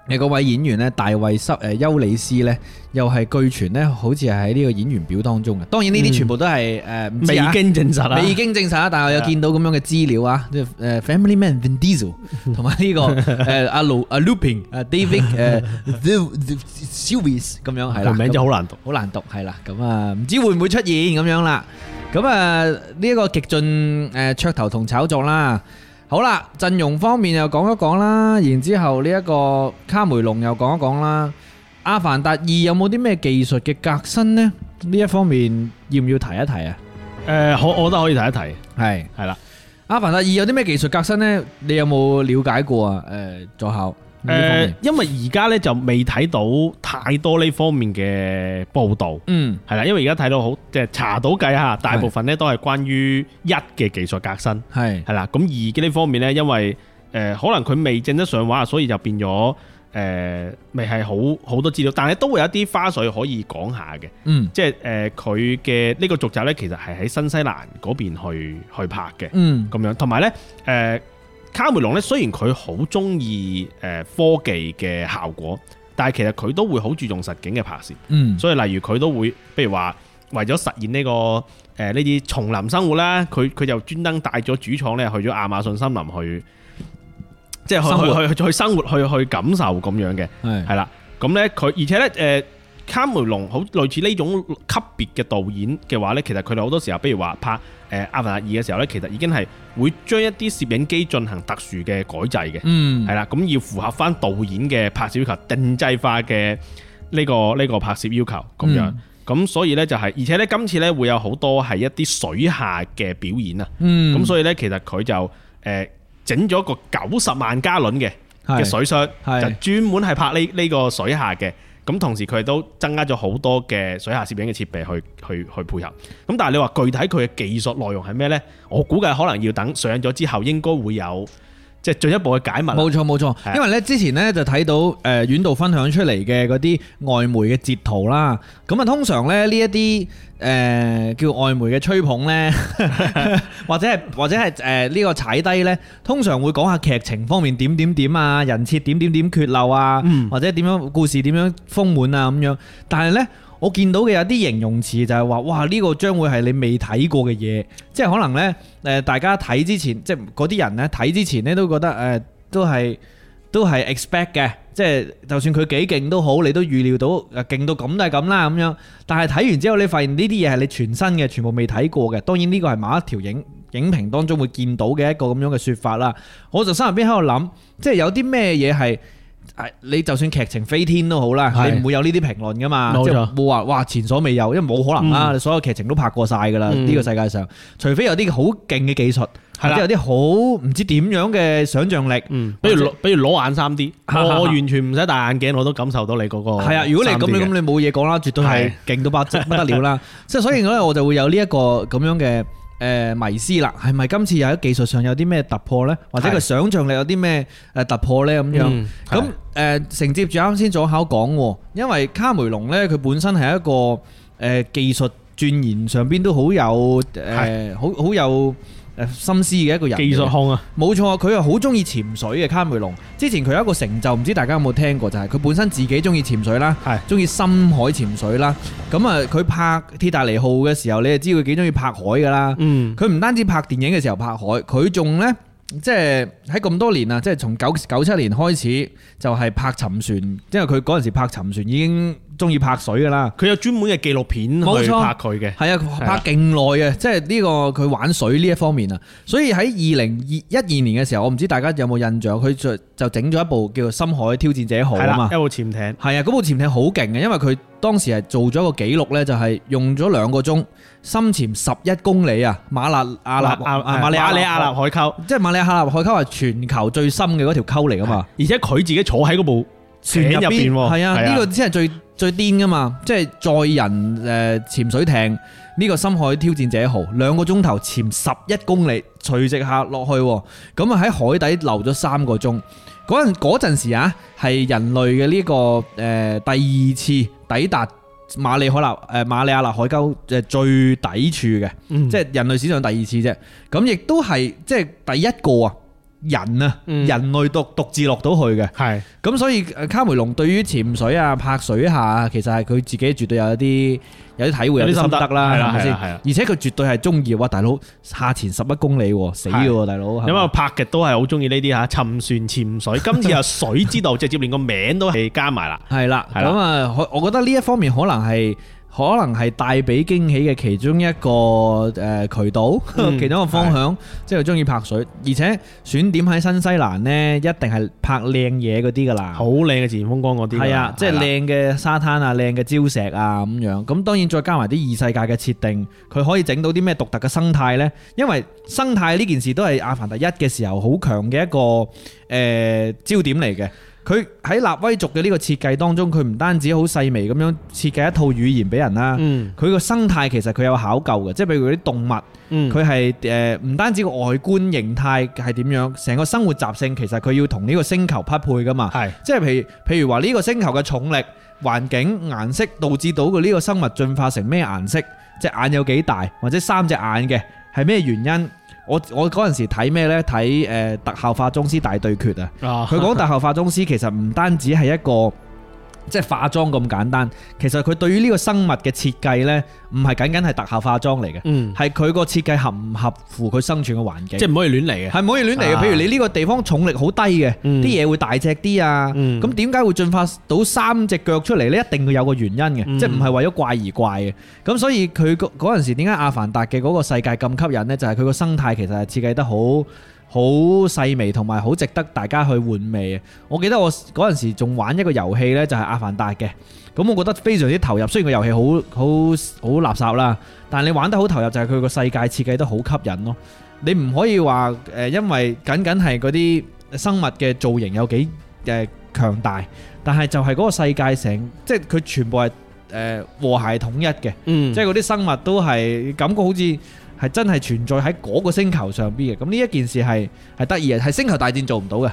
誒嗰位演員咧，大衛濕誒丘里斯咧，又係據傳咧，好似係喺呢個演員表當中嘅。當然呢啲全部都係誒唔知
未
啊
經證實啊，
未經證實啊，但係我有見到咁樣嘅資料啊，即係誒 Family Man Vin Diesel 同埋呢個誒阿盧阿 Lupin 啊 David 誒 The The Series 咁樣係啦，
個名就好難讀。
好難讀係啦，咁啊唔知會唔會出現咁樣啦，咁啊呢一個極盡誒噱頭同炒作啦。好啦，陣容方面又講一講啦，然之後呢一個卡梅隆又講一講啦。阿凡達二有冇啲咩技術嘅革新呢？呢一方面要唔要提一提啊？
誒，可我覺得可以提一提，
係
係啦。
阿凡達二有啲咩技術革新呢？你有冇了解過啊？誒、左校呢方
誒
面，，
因為而家咧就未睇到太多呢方面嘅報導，
嗯，
係啦，因為而家睇到好即係查到計下，大部分咧都係關於一嘅技術革新，
係，
係啦。咁二嘅呢方面咧，因為誒、呃可能佢未正得上畫，所以就變咗誒未係好好多資料，但係都會有一啲花絮可以講下嘅，
嗯，
即係誒佢嘅呢個續集咧，其實係喺新西蘭嗰邊去去拍嘅。
嗯，
咁樣，同埋呢，誒、卡梅隆呢，雖然佢好中意誒科技嘅效果，但係其實佢都會好注重實景嘅拍攝，
嗯，
所以例如佢都會，譬如話為咗實現呢、個誒呢啲叢林生活啦，佢佢就專登帶咗主創呢去咗亞馬遜森林去，即係去
生活
去去去生活去去感受咁樣嘅。
係，
係啦，咁呢，佢而且呢，誒、卡梅隆好類似呢種級別嘅導演嘅話呢，其實佢哋好多時候，比如話拍誒《呃阿凡達二》嘅時候呢，其實已經係會將一啲攝影機進行特殊嘅改制嘅，
嗯，
係啦、咁要符合翻導演嘅拍攝要求，定制化嘅呢、個呢、個拍攝要求咁樣。
嗯
咁所以呢，就係、而且呢，今次呢會有好多係一啲水下嘅表演啊，
嗯，
咁、所以呢，其實佢就誒、整咗個九十萬加侖嘅。
係
嘅水箱，
係
就專門係拍呢呢個水下嘅。咁同時佢都增加咗好多嘅水下攝影嘅設備去去去配合。咁但係你話具體佢嘅技術內容係咩呢？我估計可能要等上咗之後應該會有即係進一步嘅解密啦。
冇錯冇錯，因為咧之前咧就睇到誒遠道分享出嚟嘅嗰啲外媒嘅截圖啦，咁啊通常咧呢一啲誒叫外媒嘅吹捧 咧，或者係或者係誒呢個踩低咧，通常會講下劇情方面點點點啊，人設點點點缺漏啊，
嗯
或者點樣故事點樣豐滿啊咁樣，但係咧。我見到嘅有啲形容詞就係話，哇！呢、個將會係你未睇過嘅嘢，即係可能呢，誒、呃大家睇之前，即係嗰啲人呢睇之前呢，都覺得誒、呃都係都係 expect 嘅，即係就算佢幾勁都好，你都預料到誒勁到咁都係咁啦咁樣。但係睇完之後，你發現呢啲嘢係你全新嘅，全部未睇過嘅。當然呢個係某一條影影評當中會見到嘅一個咁樣嘅説法啦。我就心入邊喺度諗，即係有啲咩嘢係。誒你就算劇情飛天都好啦，
係
你唔會有呢啲評論噶嘛，
冇錯
即係冇話哇前所未有，因為冇可能啦，你所有劇情都拍過晒噶啦，
嗯
呢個世界上，除非有啲好勁嘅技術，或
係啦
者有啲好唔知點樣嘅想像力，
嗯，比如攞比如攞眼三 D，我我完全唔使戴眼鏡，我都感受到你嗰個
係啊，如果你咁
3D
你
嘅
咁你冇嘢講啦，絕對係
係
勁到不 不得了啦。即係所以咧，我就會有呢一個咁樣嘅誒迷思啦。係咪今次又喺技術上有啲咩突破呢？或者佢
係
想像力有啲咩誒突破呢？咁樣
嗯
咁誒承接住啱先左考講喎，因為卡梅隆呢，佢本身係一個誒技術鑽研上邊都好有誒好好有。誒心思嘅一個人嚟嘅，
技術控啊，
冇錯，佢係好中意潛水嘅卡梅隆。之前佢有一個成就，唔知大家有冇聽過，就係、佢本身自己中意潛水啦，
係
中意深海潛水啦。咁啊，佢拍《鐵達尼號》嘅時候，你就知佢幾中意拍海噶啦。
嗯，
佢唔單止拍電影嘅時候拍海，佢仲呢，即係喺咁多年啊，即係從九九七年開始就係拍沉船，因為佢嗰陣時拍沉船已經中意拍水噶啦。
佢有專門嘅紀錄片
冇
去
錯
拍佢嘅，
係啊，拍勁耐啊嘅，即係呢個佢玩水呢一方面啊。所以喺二零二一二年嘅時候，我唔知大家有冇印象，佢就就整咗一部叫做《深海挑戰者號》
係
啊嘛
啦，一。部潛艇，
係啊，嗰部潛艇好勁嘅，因為佢當時係做咗一個記錄呢，就係用咗兩個鐘深潛十一公里啊，馬勒亞納
啊
啊
啊
馬里
馬里亞
亞
納
納，
海溝，
即係馬里亞納海溝係全球最深嘅嗰條溝嚟噶嘛。
而且佢自己坐喺嗰部艇
船
入邊喎，
係啊，呢個先係最最癲噶嘛，即係載人呃誒潛水艇呢個深海挑戰者號兩個鐘頭潛十一公里，垂直下落去喎，咁啊喺海底留咗三個鐘。嗰陣嗰陣時啊，係人類嘅呢、個誒、第二次抵達馬里海納誒馬里亞納海溝誒最底處嘅，
嗯
即係人類史上第二次啫。咁亦都係即係第一個啊人啊、
嗯
人類獨獨自落到去嘅。
係
咁所以誒卡梅隆對於潛水啊、拍水下啊，其實係佢自己絕對有一啲有啲體會、有
有啲
啲心得啦，
心得係啦
係咪先？
係啦係啦
而且佢絕對係中意，哇！大佬下潛十一公里喎，死嘅喎，大佬。係咪
因為拍嘅都係好中意呢啲嚇，沉船潛 水，今次又水之道，直接連個名都係加埋啦。
係啦，
係啦
咁啊，可我覺得呢一方面可能係可能係帶俾驚喜嘅其中一個誒、呃渠道，
嗯
其中一個方向，即係中意拍水，而且選點喺新西蘭呢，一定係拍靚嘢嗰啲噶啦。
好靚嘅自然風光嗰啲㗎
啊
啦，
係啊，即係
啦
靚嘅沙灘啊，靚嘅礁石啊咁樣。咁當然再加埋啲異世界嘅設定，佢可以整到啲咩獨特嘅生態呢？因為生態呢件事都係《阿凡達一》嘅時候好強嘅一個誒、呃焦點嚟嘅。佢喺納威族嘅呢個設計當中，佢唔單止好細微咁樣設計一套語言俾人啦，
嗯
佢個、生態其實佢有考究嘅，即係譬如嗰啲動物。
嗯
佢係誒唔單止個外觀形態係點樣，成個生活習性其實佢要同呢個星球匹配噶嘛。
係
即係譬如譬如話呢個星球嘅重力、環境、顏色，導致到佢呢個生物進化成咩顏色，隻眼有幾大，或者三隻眼嘅係咩原因？我我嗰陣時睇咩呢？睇誒、呃特效化妝師大對決啊！
啊
佢講特效化妝師其實唔單止係一個即係化妝咁簡單，其實佢對於呢個生物嘅設計呢，唔係僅僅係特效化妝嚟嘅，
嗯
係佢個設計合唔合乎佢生存嘅環境。
即係唔可以亂嚟嘅。
係唔可以亂嚟嘅，
啊
譬如你呢個地方重力好低嘅，
嗯
啲嘢會大隻啲啊。
嗯
咁點解會進化到三隻腳出嚟呢？一定佢有個原因嘅，
嗯
即係唔係為咗怪而怪嘅。咁所以佢嗰嗰陣時點解阿凡達嘅嗰個世界咁吸引呢？就係佢個生態其實係設計得好好細微，同埋好值得大家去玩味嘅。我記得我嗰陣時仲玩一個遊戲呢，就係阿凡達嘅。咁我覺得非常之投入，雖然個遊戲好好好垃圾啦，但係你玩得好投入就係佢個世界設計得好吸引咯。你唔可以話誒、呃因為僅僅係嗰啲生物嘅造型有幾誒、呃、強大，但係就係嗰個世界成，即係佢全部係誒、呃和諧統一嘅，
嗯
即係嗰啲生物都係感覺好似誒、係真係存在喺嗰個星球上邊嘅。咁呢一件事係係得意嘅，係星球大戰做唔 到嘅，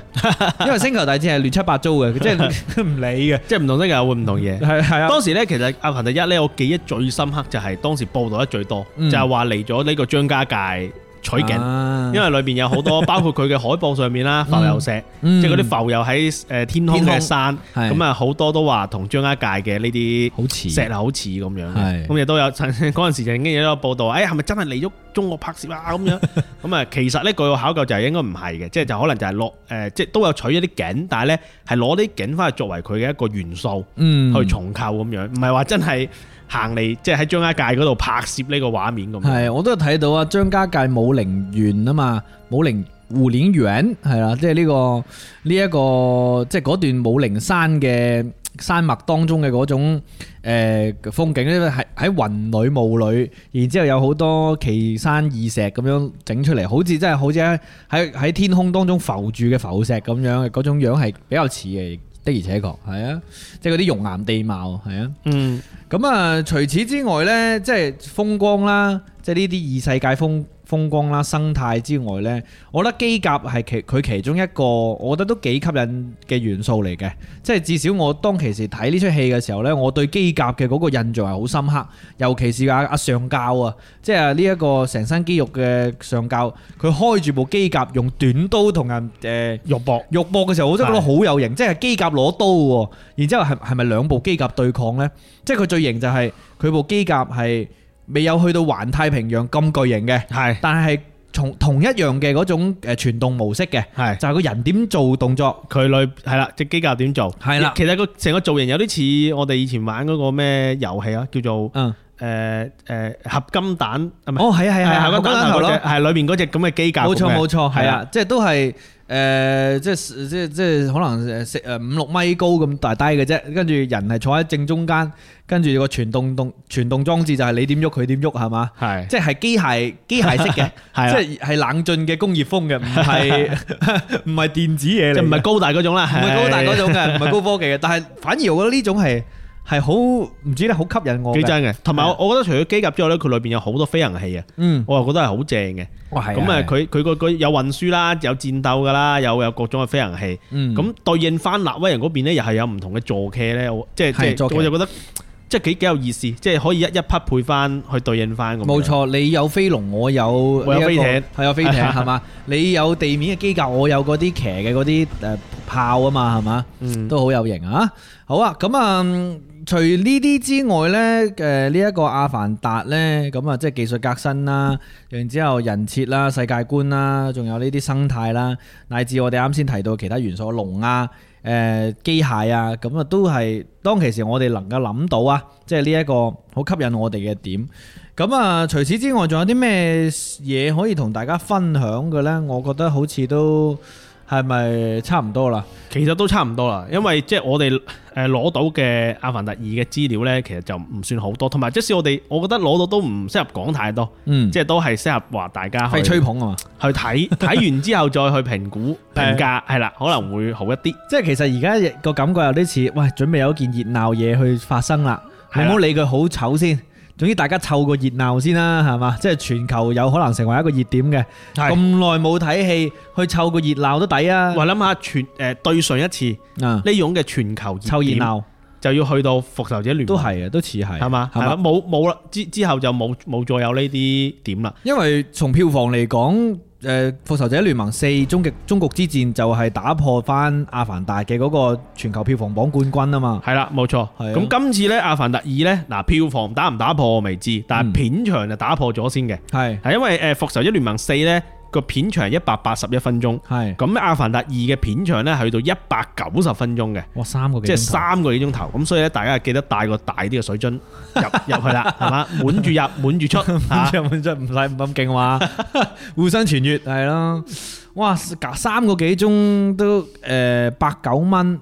因為星球大戰係亂七八糟嘅，佢真係唔理嘅。
即係唔同星球會唔同嘢。
係係啊，
當時咧，其實阿彭第一咧，我記憶最深刻就係當時報導得最多，
嗯
就係話嚟咗呢個張家界取景，
啊
因為裏邊有 好多包括佢嘅海報上面啦，浮游石，
嗯
即係嗰啲浮游喺誒天空
天
嘅
空
山，
係
咁啊好多都話同張家界嘅呢啲
好似
石啊好似咁樣嘅，
係
咁亦都有 嗰陣時就已經有報導，誒係咪真係嚟咗中國拍攝啊咁 樣？咁啊其實咧據我考究就係應該唔係嘅，即係就可能就係落誒，即係都有取咗啲景，但係咧係攞啲景翻去作為佢嘅一個元素。
嗯
去重構咁樣，唔係話真係行嚟即係喺張家界嗰度拍攝呢個畫面咁樣。
係，我都有睇到啊，張家界武陵園啊嘛，武陵胡連園係啦，即係呢個呢一個即係嗰段武陵山嘅山脈當中嘅嗰種誒風景咧，係喺雲裏霧裏，然之後有好多奇山異石咁樣整出嚟，好似真係好似喺喺喺天空當中浮住嘅浮石咁樣嘅嗰種樣係比較似嘅，的而且確係啊，即係嗰啲熔岩地貌係啊。
嗯，
咁啊，除此之外呢，即係風光啦，即係呢啲異世界風風光啦、生態之外呢，我覺得機甲係其佢其中一個，我覺得都幾吸引嘅元素嚟嘅。即係至少我當其時睇呢出戲嘅時候呢，我對機甲嘅嗰個印象係好深刻，尤其是阿阿上教啊，即係呢一個成身肌肉嘅上教，佢開住部機甲用短刀同人誒。呃
肉搏
肉搏嘅時候，我真係覺得好有型，即係機甲攞刀喎，然之後係係咪兩部機甲對抗呢？即係佢最型就係佢部機甲係未有去到環太平洋咁巨型嘅，
係
但係從同一樣嘅嗰種誒傳動模式嘅，
係
就係個人點做動作，
佢裏係啦，隻機甲點做？
係啦
其實個成個造型有啲似我哋以前玩嗰個咩遊戲啊，叫做
嗯，
誒誒合金彈啊，唔係
哦係啊係啊係啊，
合
嗰
金
個
彈
頭
頭
咯
嗰隻，，係裏邊嗰隻咁嘅機甲咁
冇
嘅。
錯冇錯，係
係
啊
啊，，
即係都係。誒、即係即係即係可能誒四誒五六米高咁大低嘅啫，跟住人係坐喺正中間，跟住個傳動動傳動裝置就係你點喐佢點喐係嘛？
係
即係機械機械式嘅，
係啊
即係係冷峻嘅工業風嘅，唔 係唔係電子嘢嚟嘅，
即係唔係高大嗰種啦，
唔係高大嗰
係
種嘅，唔係高 科技嘅，但係反而我覺得呢種係係好唔知咧，好吸引我
幾
嘅，
真嘅。同埋我我覺得除咗機甲之外咧，佢裏邊有好多飛行器啊，
嗯，
我又覺得係好正嘅。
咁
咁啊，佢佢個佢有運輸啦，有戰鬥噶啦，有有各種嘅飛行器。
嗯
咁對應翻立威人嗰邊咧，又係有唔同嘅坐騎咧，我即係
係
即
坐騎
係我就覺得即係幾幾有意思，即係可以一一匹配翻去對應翻咁樣。
冇錯，你有飛龍，我有
我
呢一
有
個
飛艇，
係有飛 艇係嘛？你有地面嘅機甲，我有嗰啲騎嘅嗰啲誒炮啊嘛，係嘛？
嗯，
都好有型啊！好啊，咁啊，嗯除呢啲之外呢，誒呢一個阿凡達呢，咁啊即係技術革新啦，然之後人設啦、世界觀啦，仲有呢啲生態啦，乃至我哋啱先提到其他元素龍啊、誒、機械啊，咁啊都係當其時我哋能夠諗到啊，即係呢一個好吸引我哋嘅點。咁啊，除此之外，仲有啲咩嘢可以同大家分享嘅呢？我覺得好似都係咪差唔多啦？
其實都差唔多啦，因為即係我哋誒攞到嘅《阿凡達二》嘅資料咧，其實就唔算好多，同埋即使我哋我覺得攞到都唔適合講太多，
嗯，
即係都係適合話大家去
費吹捧啊嘛。
去 睇，睇完之後再去評估
係
評價係啦，可能會好一啲。
即係其實而家個感覺有啲似，喂，準備有一件熱鬧嘢去發生啦，唔
係啦
好理佢好醜先。總之大家湊個熱鬧先啦，係嘛？即係全球有可能成為一個熱點嘅。咁耐冇睇戲，去湊個熱鬧都抵啊！
我諗下全誒對上一次呢
啊，
種嘅全球
湊
點
熱鬧
就要去到復仇者聯
啊
盟
都係啊，都似係
係嘛係
係
嘛
嘛？
冇冇啦之之後就冇冇再有呢啲點啦，
因為從票房嚟講，誒《復仇者聯盟四：終極終局之戰》就係打破翻《阿凡達》嘅嗰個全球票房榜冠軍啊嘛。
係啦冇錯。
係啊
咁今次呢，《阿凡達二》呢，嗱票房打唔打破我未知，但係
嗯
片長就打破咗先嘅，
係
係因為誒《復仇者聯盟四》呢個片長一百八十一分鐘，咁
係，
《阿凡達二》嘅片長呢，去到一百九十分鐘嘅。
哇三個幾
即係
鐘頭
三個幾鐘頭，咁所以咧，大家記得帶個大啲嘅水樽入 入去啦，係嘛？滿住入，滿住出啊嚇。
即係 本身唔使唔咁勁話，互相傳呃閱係咯。哇，隔三個幾鐘都誒百九蚊，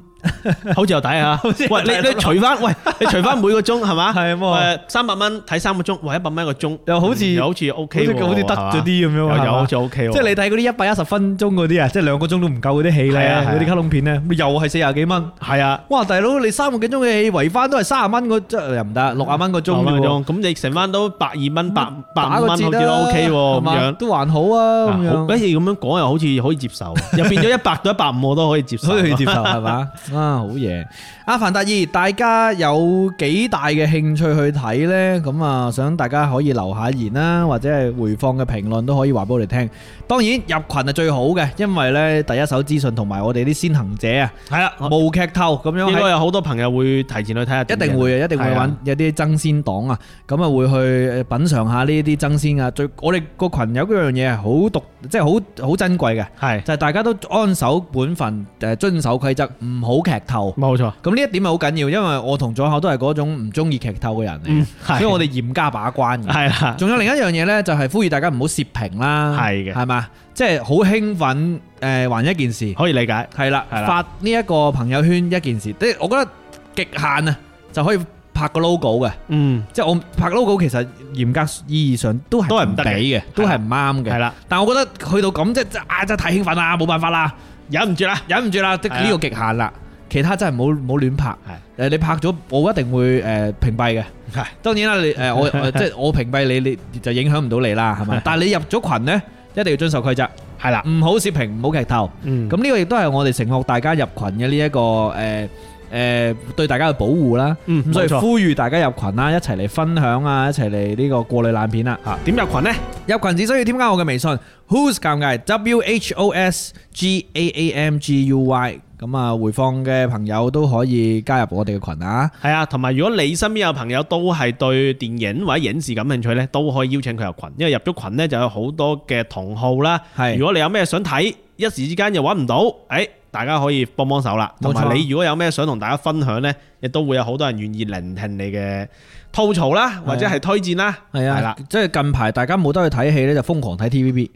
好似有抵啊！喂，你你除翻，喂，你除翻每個鐘係嘛？
啊 係喎
誒，三百蚊睇三個鐘，或一百蚊一個鐘，嗯
又好似
又好似 O K 喎，
好似得咗啲咁樣啊
係
係
嘛
嘛
又又好似 O K 喎。
即係你睇嗰啲110分鐘嗰啲啊，即係兩個鐘都唔夠嗰啲戲呢，
係啊，係啊。
嗰啲卡通片呢，咪又係40蚊。
係啊，
哇，大佬，你3個幾鐘嘅戲，圍返都係30蚊個-即係又唔得，60蚊個鐘啫喎。
兩個鐘咁你乘翻都百二蚊、百百
嗯打個
五蚊，好似
折啦，
都 O K 喎咁
係嘛？
樣。
都還好啊，咁樣。
好，你咁樣講又好似可以接受， 又變咗一百到一百五我都可以接受。
所以佢接受係嘛？ 啊，好嘢！《阿凡達二》，大家有幾大嘅興趣去睇呢？咁啊，想大家可以留下言啦，或者係回放嘅評論都可以話俾我哋聽。當然入群係最好嘅，因為呢第一手資訊同埋我哋啲先行者啊，
係啦，冇
無劇透咁樣
應該
喺。
有好多朋友會提前去睇下。
一定會啊！一定會
係啊
玩有啲爭先黨啊，咁啊會去誒品嚐下呢啲爭先啊。最我哋個群有嗰樣嘢係好獨，即係好好珍貴嘅，
係
就係大家都安守本分，誒遵守規則，唔好劇透。
冇錯。
咁呢一點係好緊要，因為我同左口都係嗰種唔中意劇透嘅人嚟
嗯，
嘅，
係
所以我哋嚴加把關嘅。
係啦，
仲有另一樣嘢呢，就係呼籲大家唔好涉評啦，
係嘅
係嘛？即係好興奮誒、還一件事
可以理解。
係啦，
係啦
發呢一個朋友圈一件事，即係我覺得極限啊，就可以拍個 logo 嘅。
嗯，
即係我拍 logo 其實嚴格意義上都係
都係唔得嘅
俾嘅，都係唔啱
係
嘅。
啦，
但我覺得去到咁即係即係啊，真係太興奮啦，冇辦法啦。
忍唔住啦。
忍唔住啦，即
係啊
呢個極限啦。其他真係唔好唔好亂拍。誒，你拍咗，我一定會誒屏蔽嘅。
係
當然啦，你誒 我我即係我屏蔽你，你就影響唔到你啦，係咪？但係你入咗群呢，一定要遵守規則，
係啦，
唔好涉評，唔好劇透。
嗯
咁呢個亦都係我哋承諾大家入群嘅呢一個誒誒對大家嘅保護啦。
嗯
咁所以
冇錯
呼籲大家入群啦，一齊嚟分享啊，一齊嚟呢個過濾爛片啦。
啊，點入群咧？
入群只需要添加我嘅微信 Who's 尷尬 W H O S G A A M G U Y，咁啊回放嘅朋友都可以加入我哋嘅群啊。
係啊，同埋如果你身邊有朋友都係對電影或者影視感興趣咧，都可以邀請佢入群，因為入咗群咧就有好多嘅同好啦。
係
如果你有咩想睇，一時之間又揾唔到，誒、大家可以幫幫手啦。
冇
同
錯
埋你如果有咩想同大家分享咧，亦都會有好多人願意聆聽你嘅吐槽
啊
啦，或者係推薦啦。
係
係
啊
啦，，
即係近排大家冇得去睇戲咧，就瘋狂睇 TVB，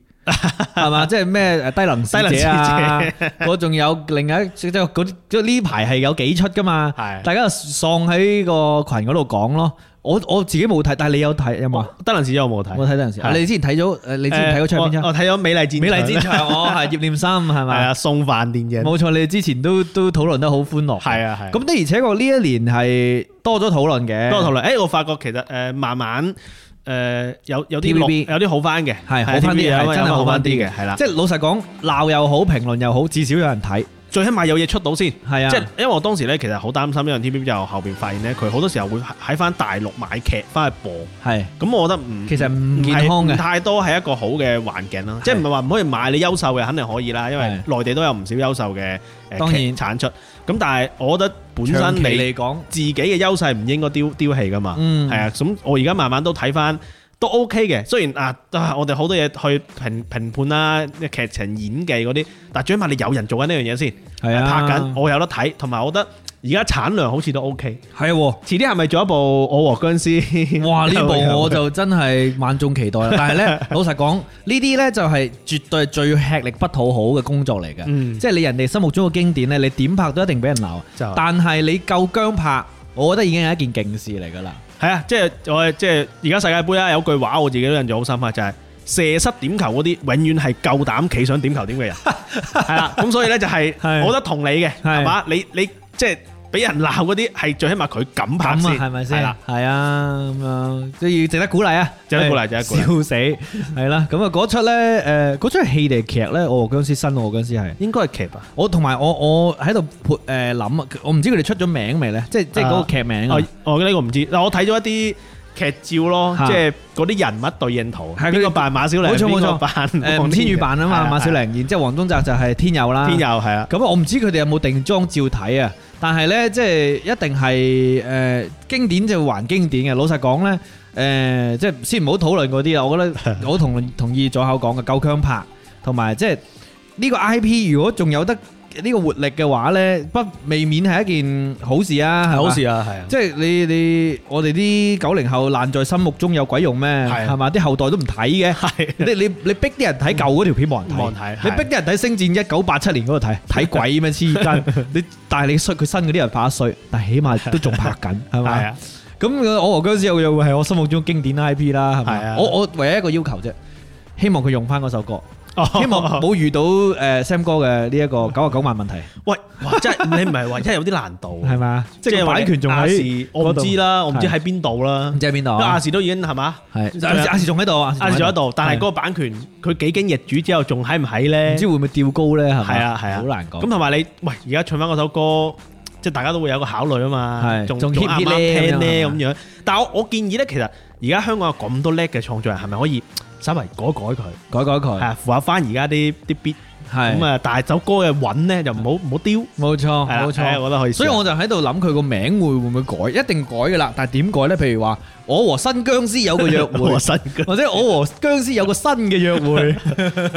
係嘛？即係咩誒低能使者啊
低 能，
我仲有另外一即係嗰啲即係呢排係有幾出噶嘛？
係
大家就喪喺個群嗰度講咯。我我自己冇睇，但係你有睇有冇啊？
得能時有冇睇？
我睇低能使者，
係
你之前睇咗呃誒？你之前睇過出邊
誒我
啫？
我睇咗《美麗戰
美麗戰場，我 係葉念心係
係
咪？
啊，送飯電影。
冇錯，你哋之前都都討論得好歡樂。
係啊係啊
咁的而且確呢一年係多咗討論嘅。
多討論。誒，我發覺其實誒慢慢誒有有啲落
TVB
有啲啊好翻嘅，
係好翻啲，
有
係真係好翻啲嘅。
係啦。即
即
係
係老實講，鬧又好，評論又好，至少有人睇。
最起碼有嘢出到先。
係啊，
即係因為我當時咧，其實好擔心，因為 TVB 就後邊發現咧，佢好多時候會喺翻大陸買劇翻去播，
係
咁我覺得唔
其實唔
係
健康嘅
唔太多係一個好嘅環境啦。即係唔係話唔可以買你優秀嘅，肯定可以啦，因為內地都有唔少優秀嘅
當然
誒劇產出。咁但係我覺得本身
長期
你
嚟講，
自己嘅優勢唔應該丟丟棄噶嘛，係、
嗯
啊，咁我而家慢慢都睇翻都 OK 嘅，雖然啊啊我哋好多嘢去評評判啦，劇情演技嗰啲，但最起碼你有人做緊呢樣嘢先，
係啊
拍緊我有得睇，同埋我覺得而家產量好似都 OK，
係喎。
遲啲係咪做一部《我和僵屍》？
哇！呢部我就真係萬眾期待啦。但係呢，老實講，呢啲呢就係絕對係最吃力不討好嘅工作嚟嘅。
嗯
即係你人哋心目中嘅經典呢，你點拍都一定俾人鬧
就。
但係你夠姜拍，我覺得已經係一件勁事嚟㗎啦。
係啊，即係我即係而家世界盃啦，啊有句話我自己都印象好深刻，啊就係、射失點球嗰啲，永遠係夠膽企上點球點嘅 人，係啦。咁所以咧就係、
係
我覺得同你嘅
係
係嘛，你你即係俾人鬧嗰啲係最起碼佢敢拍
咁
先，
啊，係咪先？
係啦，
係啊，咁樣都要值得鼓勵啊！
值得鼓勵值得鼓勵
笑死，係啦。咁啊，嗰出咧，誒，嗰出係戲定係劇咧？《我和僵屍》新《我和僵屍》係。
應該係劇吧？
我同埋我我喺度撥誒諗啊，我唔知佢哋出咗名未咧？即係即係嗰個劇名啊
我。我哦呢個唔知，但我睇咗一啲劇照咯，
嚇
即係嗰啲人物對應圖，
係佢哋
邊個扮馬小玲，
冇錯冇
邊個
錯，
扮
誒吳千語扮啊嘛，馬小玲，然之後黃宗澤就係天佑啦。
天佑係啊，
咁我唔知佢哋有冇定妝照睇啊，但係呢，即係一定係誒、呃經典就還經典嘅。老實講呢，誒、即係先唔好討論嗰啲啦。 我覺得我同同意左口講嘅夠強拍，同埋即係呢個 IP 如果仲有得呢個活力嘅話呢，不未免係一件好事啊，係嘛
好事啊，係啊，
即係你你我哋啲九零後爛在心目中有鬼用咩？
係
係嘛？啲後代都唔睇嘅。
係
你你你逼啲人睇舊嗰條片冇人睇，
冇人睇
你
係
逼啲人睇《星戰》一九八七年 嗰個睇，睇鬼咩黐筋？你但係你衰佢新嗰啲人拍一衰，但係起碼都仲拍 緊，係
係
咪
啊？，
咁《我和僵屍有約會》係我心目中經典 IP 啦，係
係
咪
啊？
我我唯一一個要求啫，希望佢用翻嗰首 歌，
哦
希望
冇
冇遇到誒 Sam 哥嘅呢一個九啊九萬問 題，
喂，哇真係你唔係話真係有啲難度啊，
係嘛？即係個
話
版權仲喺
亞視，我唔知啦，我唔知
係
喺邊度啦
唔，知喺邊度
因為
啊
亞？視都已經係嘛，
係亞視仲喺度啊！
亞視仲喺度，但係嗰
係
個版權佢幾經易主之後仲喺唔喺咧？
唔知會唔會掉高咧？係咪？
係啊係啊，
好難講。
咁同埋你喂，而家唱翻嗰首歌，即係大家都會有個考慮啊嘛，
係
仲
仲
仲
hit 唔
啱
hit
唔啱
咧
聽咧
咁
咁樣。但係我我建議咧，其實而家香港有咁多叻嘅創作人，係咪可以稍微改一改佢，
改改
係
佢
啊符合翻而家啲啲 beat
係
咁啊？但係首歌嘅韻咧就唔好唔好丟，
冇錯，
係啦
冇
係啊
錯。
我覺得可以試下。
所以我就喺度諗佢個名會會唔會改，一定改噶啦。但係點改咧？譬如話，我和新僵屍有個約會
我。新歌
或者我和僵屍有個新嘅約會，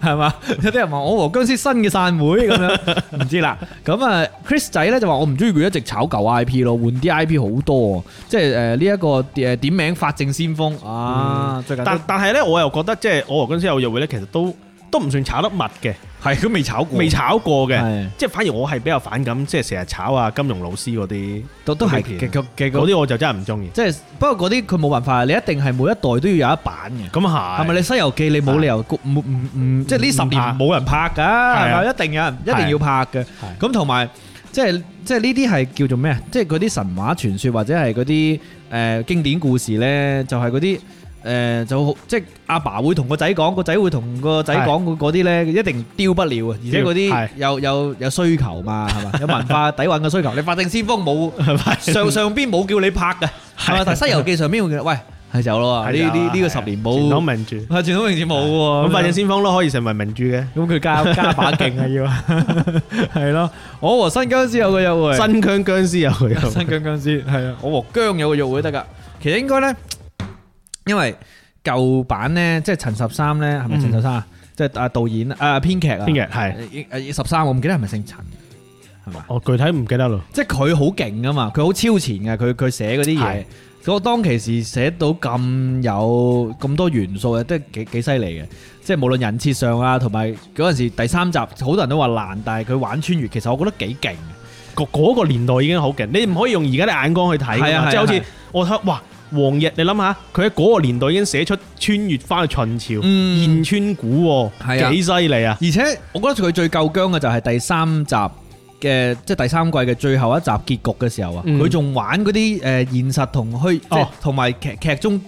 係嘛？有啲人話我和僵屍新嘅散會咁 樣，唔知啦。咁啊，Chris 仔咧就話我唔中意佢一直炒舊 IP 咯，換啲 IP 好多，即係誒呢一個誒點名法證先鋒啊，最近
嗯但但係咧，我又覺得即係我和僵屍有約會咧，其實都都唔算炒得密嘅，
係都未炒過，
未炒過嘅。
係
即係反而我係比較反感，即係成日炒啊金融老師嗰啲，
都都係
嗰啲
嘅
片
嘅嘅
嗰啲我就真係唔中意。
即係不過嗰啲佢冇辦法，你一定係每一代都要有一版嘅。
咁啊係
係咪你《西遊記》你冇理由唔唔唔，即係呢十年冇人拍㗎，係咪？一定有人一定要拍嘅。咁同埋即係即係呢啲係叫做咩啊？即係嗰啲神話傳說或者係嗰啲誒經典故事咧，就係嗰啲。誒就好，即係阿爸會同個仔講，個仔會同個仔講嗰啲咧，一定丟不了啊！而且嗰啲
係
有有有需求 嘛，係嘛？有文化底蘊嘅需求。你法證先鋒冇上上邊冇叫你拍嘅，係嘛？但係《西遊記》上邊會叫，喂係走咯啊！呢
係啊
呢呢個十年冇
傳統名著。
啊，傳統名字冇喎。
咁發展先鋒都可以成為名著嘅。
咁佢 加加把勁啊，要 係咯。我和新僵屍有個約會，
新疆僵屍又佢，
新僵僵屍係啊，我和僵有個約會得噶。其實應該咧，因為舊版咧，即係陳十三咧，係咪
嗯
陳十三啊？即係啊導演啊編劇啊，
邊嘅係？
誒十三，我唔記得係咪姓陳，係嘛？
我具體唔記得咯。
即係佢好勁啊嘛，佢好超前嘅，佢佢寫嗰啲嘢
係，
我當其時寫到咁有咁多元素嘅，都係幾幾犀利嘅。即係無論人設上啊，同埋嗰陣時第三集好多人都話爛，但係佢玩穿越，其實我覺得幾勁。
嗰嗰個年代已經好勁，你唔可以用而家嘅眼光去睇㗎嘛
係啊係啊
即係好
係
似我睇哇。黃日，你諗下，佢喺嗰個年代已經寫出穿越翻去秦朝，
嗯
現穿古
係啊
喎，幾犀利啊！
而且我覺得佢最夠僵嘅就係第三集嘅，即係第三季嘅最後一集結局嘅時候啊，
嗯
佢仲玩嗰啲誒現實同虛，即係
哦
同埋劇劇中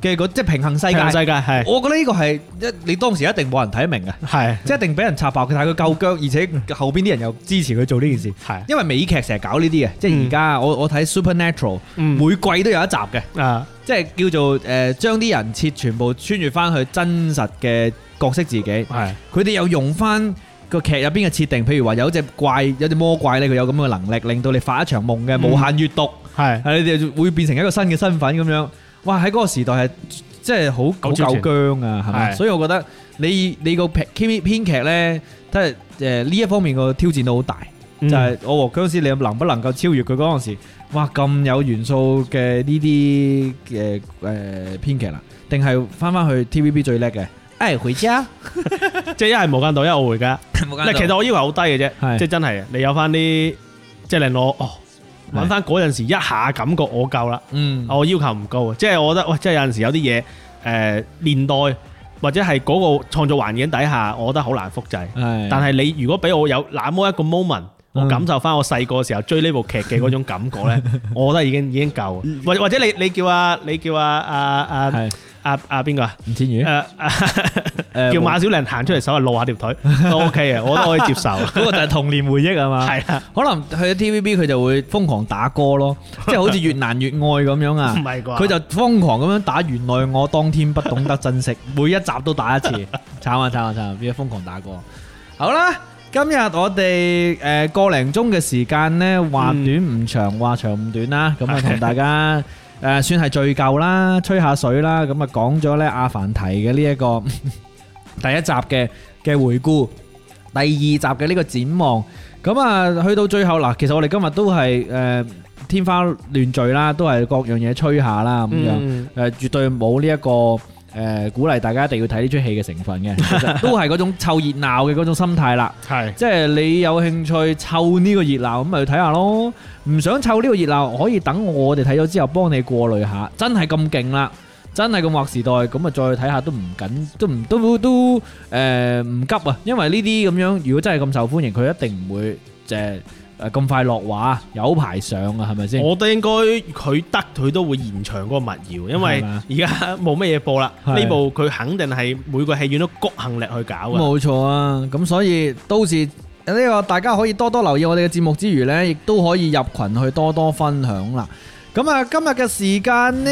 嘅嗰即係平衡世界。
世界係
我覺得呢個係一你當時一定冇人睇得明嘅。
係
即係一定俾人插爆佢，但係佢夠姜，而且後邊啲人又支持佢做呢件事。
係
因為美劇成日搞呢啲嘅，即係而家我我睇 Supernatural，
嗯
每季都有一集嘅，
啊
即係叫做誒將啲人設全部穿越翻去真實嘅角色自己，佢
係
哋又用翻。個劇入邊嘅設定，譬如話有隻怪，有隻魔怪咧，佢有咁嘅能力，令到你發一場夢嘅無限閱讀，
係
係你哋會變成一個新嘅身份咁樣。哇！喺嗰個時代係即係好好
好超
夠
前
僵啊，係咪？
係
所以我覺得你你個編編劇咧，都係誒呢一方面個挑戰都好大。就
嗯
係哦我和僵屍，你能不能夠超越佢嗰陣時？哇！咁有元素嘅呢啲嘅誒編劇啦，定係翻翻去 TVB 最叻嘅？誒回 家，
即係一係無間道，一係我回家。嗱，其實我要求好低嘅
係
啫，即係真係嘅你有翻啲即係令我哦揾翻嗰陣時一下感覺我夠啦。
嗯
我要求唔高啊，即係我覺得喂，即係有陣時有啲嘢誒年代或者係嗰個創作環境底下，我覺得好難複製。
係，
但係你如果俾我有那麼一個 moment，我
嗯
感受翻我細個嘅時候追呢部劇嘅嗰種感 覺咧，我覺得已經已經夠啊。或或者你你叫啊你叫啊啊啊
係
啊啊邊個啊？
吳千語
誒
誒
誒，叫馬小玲行出嚟手係露下條腿都 OK 嘅，我都可以接受。
嗰個就係童年回 憶啊嘛。
係啊，
可能去咗 TVB 佢就會瘋狂打歌 咯，即係好似越難越愛咁樣啊！
唔係啩
佢就瘋狂咁樣打原來我當天不懂得珍惜， 每一集都打一次， 慘啊慘啊慘啊！變咗瘋狂打歌。好啦，今日我哋誒個零鐘嘅時間呢，話短唔長，話長唔短啦， 咁啊同大家。誒、算係聚舊啦，吹下水啦，咁啊 講咗呢阿凡提嘅呢一個第一集嘅嘅回顧，第二集嘅呢個展望。咁啊，去到最後嗱，其實我哋今日都係誒、呃天花亂墜啦，都係各樣嘢吹下啦咁
嗯
樣。誒、呃絕對冇呢一個誒、呃鼓勵大家一定要睇呢出戲嘅成分嘅，其實都係嗰種湊熱鬧嘅嗰種心態啦。
係
即係你有興趣湊呢個熱鬧，咁咪去睇下咯。唔想湊呢個熱鬧，可以等我哋睇咗之後幫你過濾下。真係咁勁啦，真係咁劃時代，咁咪再睇下都唔緊，都唔都都誒唔急啊。因為呢啲咁樣，如果真係咁受歡迎，佢一定唔會誒誒咁快落畫，有排上啊，係咪先？
我覺得應該佢得佢都會延長嗰個密謠，因為
係嘛
而家冇乜嘢播啦。
係
呢部佢肯定係每個戲院都谷行力去搞嘅。
冇錯啊，咁所以到時呃呢個大家可以多多留意我哋嘅節目之餘呢，亦都可以入群去多多分享啦。咁啊，今日嘅時間呢，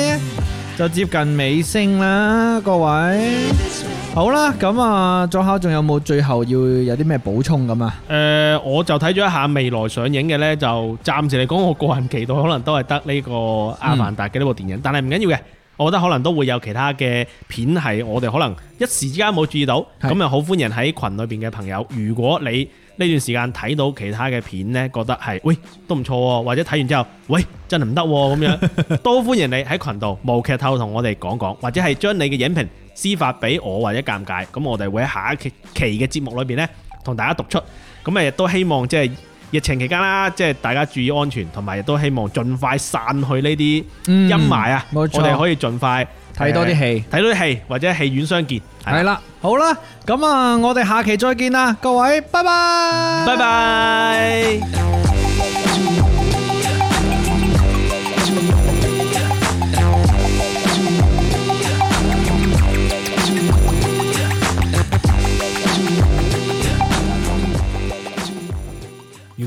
就接近尾聲啦，各位。好啦，咁啊，左考仲有冇最後要有啲咩補充咁啊？
誒、呃我就睇咗一下未來上映嘅呢，就暫時嚟講，我個人期待可能都係得呢個《阿凡達》嘅呢部電影，但係唔緊要嘅，我覺得可能都會有其他嘅片係我哋可能一時之間冇注意到，
係
咁又好歡迎喺群裏邊嘅朋友，如果你呢段時間睇到其他嘅片呢，覺得係喂都唔錯喎，或者睇完之後，喂真係唔得喎咁樣，都歡迎你喺群度無劇透同我哋講講，或者係將你嘅影評私發俾我或者尷尬，咁我哋會喺下一期期嘅節目裏邊呢，同大家讀出。咁誒亦都希望即係疫情期間啦，即係大家注意安全，同埋亦都希望盡快散去呢啲
嗯
陰霾啊！
冇錯
我哋可以盡快
睇多啲戲
睇多啲戲或者戲院相見。
係啦，好啦，咁啊，我哋下期再見啦，各位，拜拜，
拜拜。
如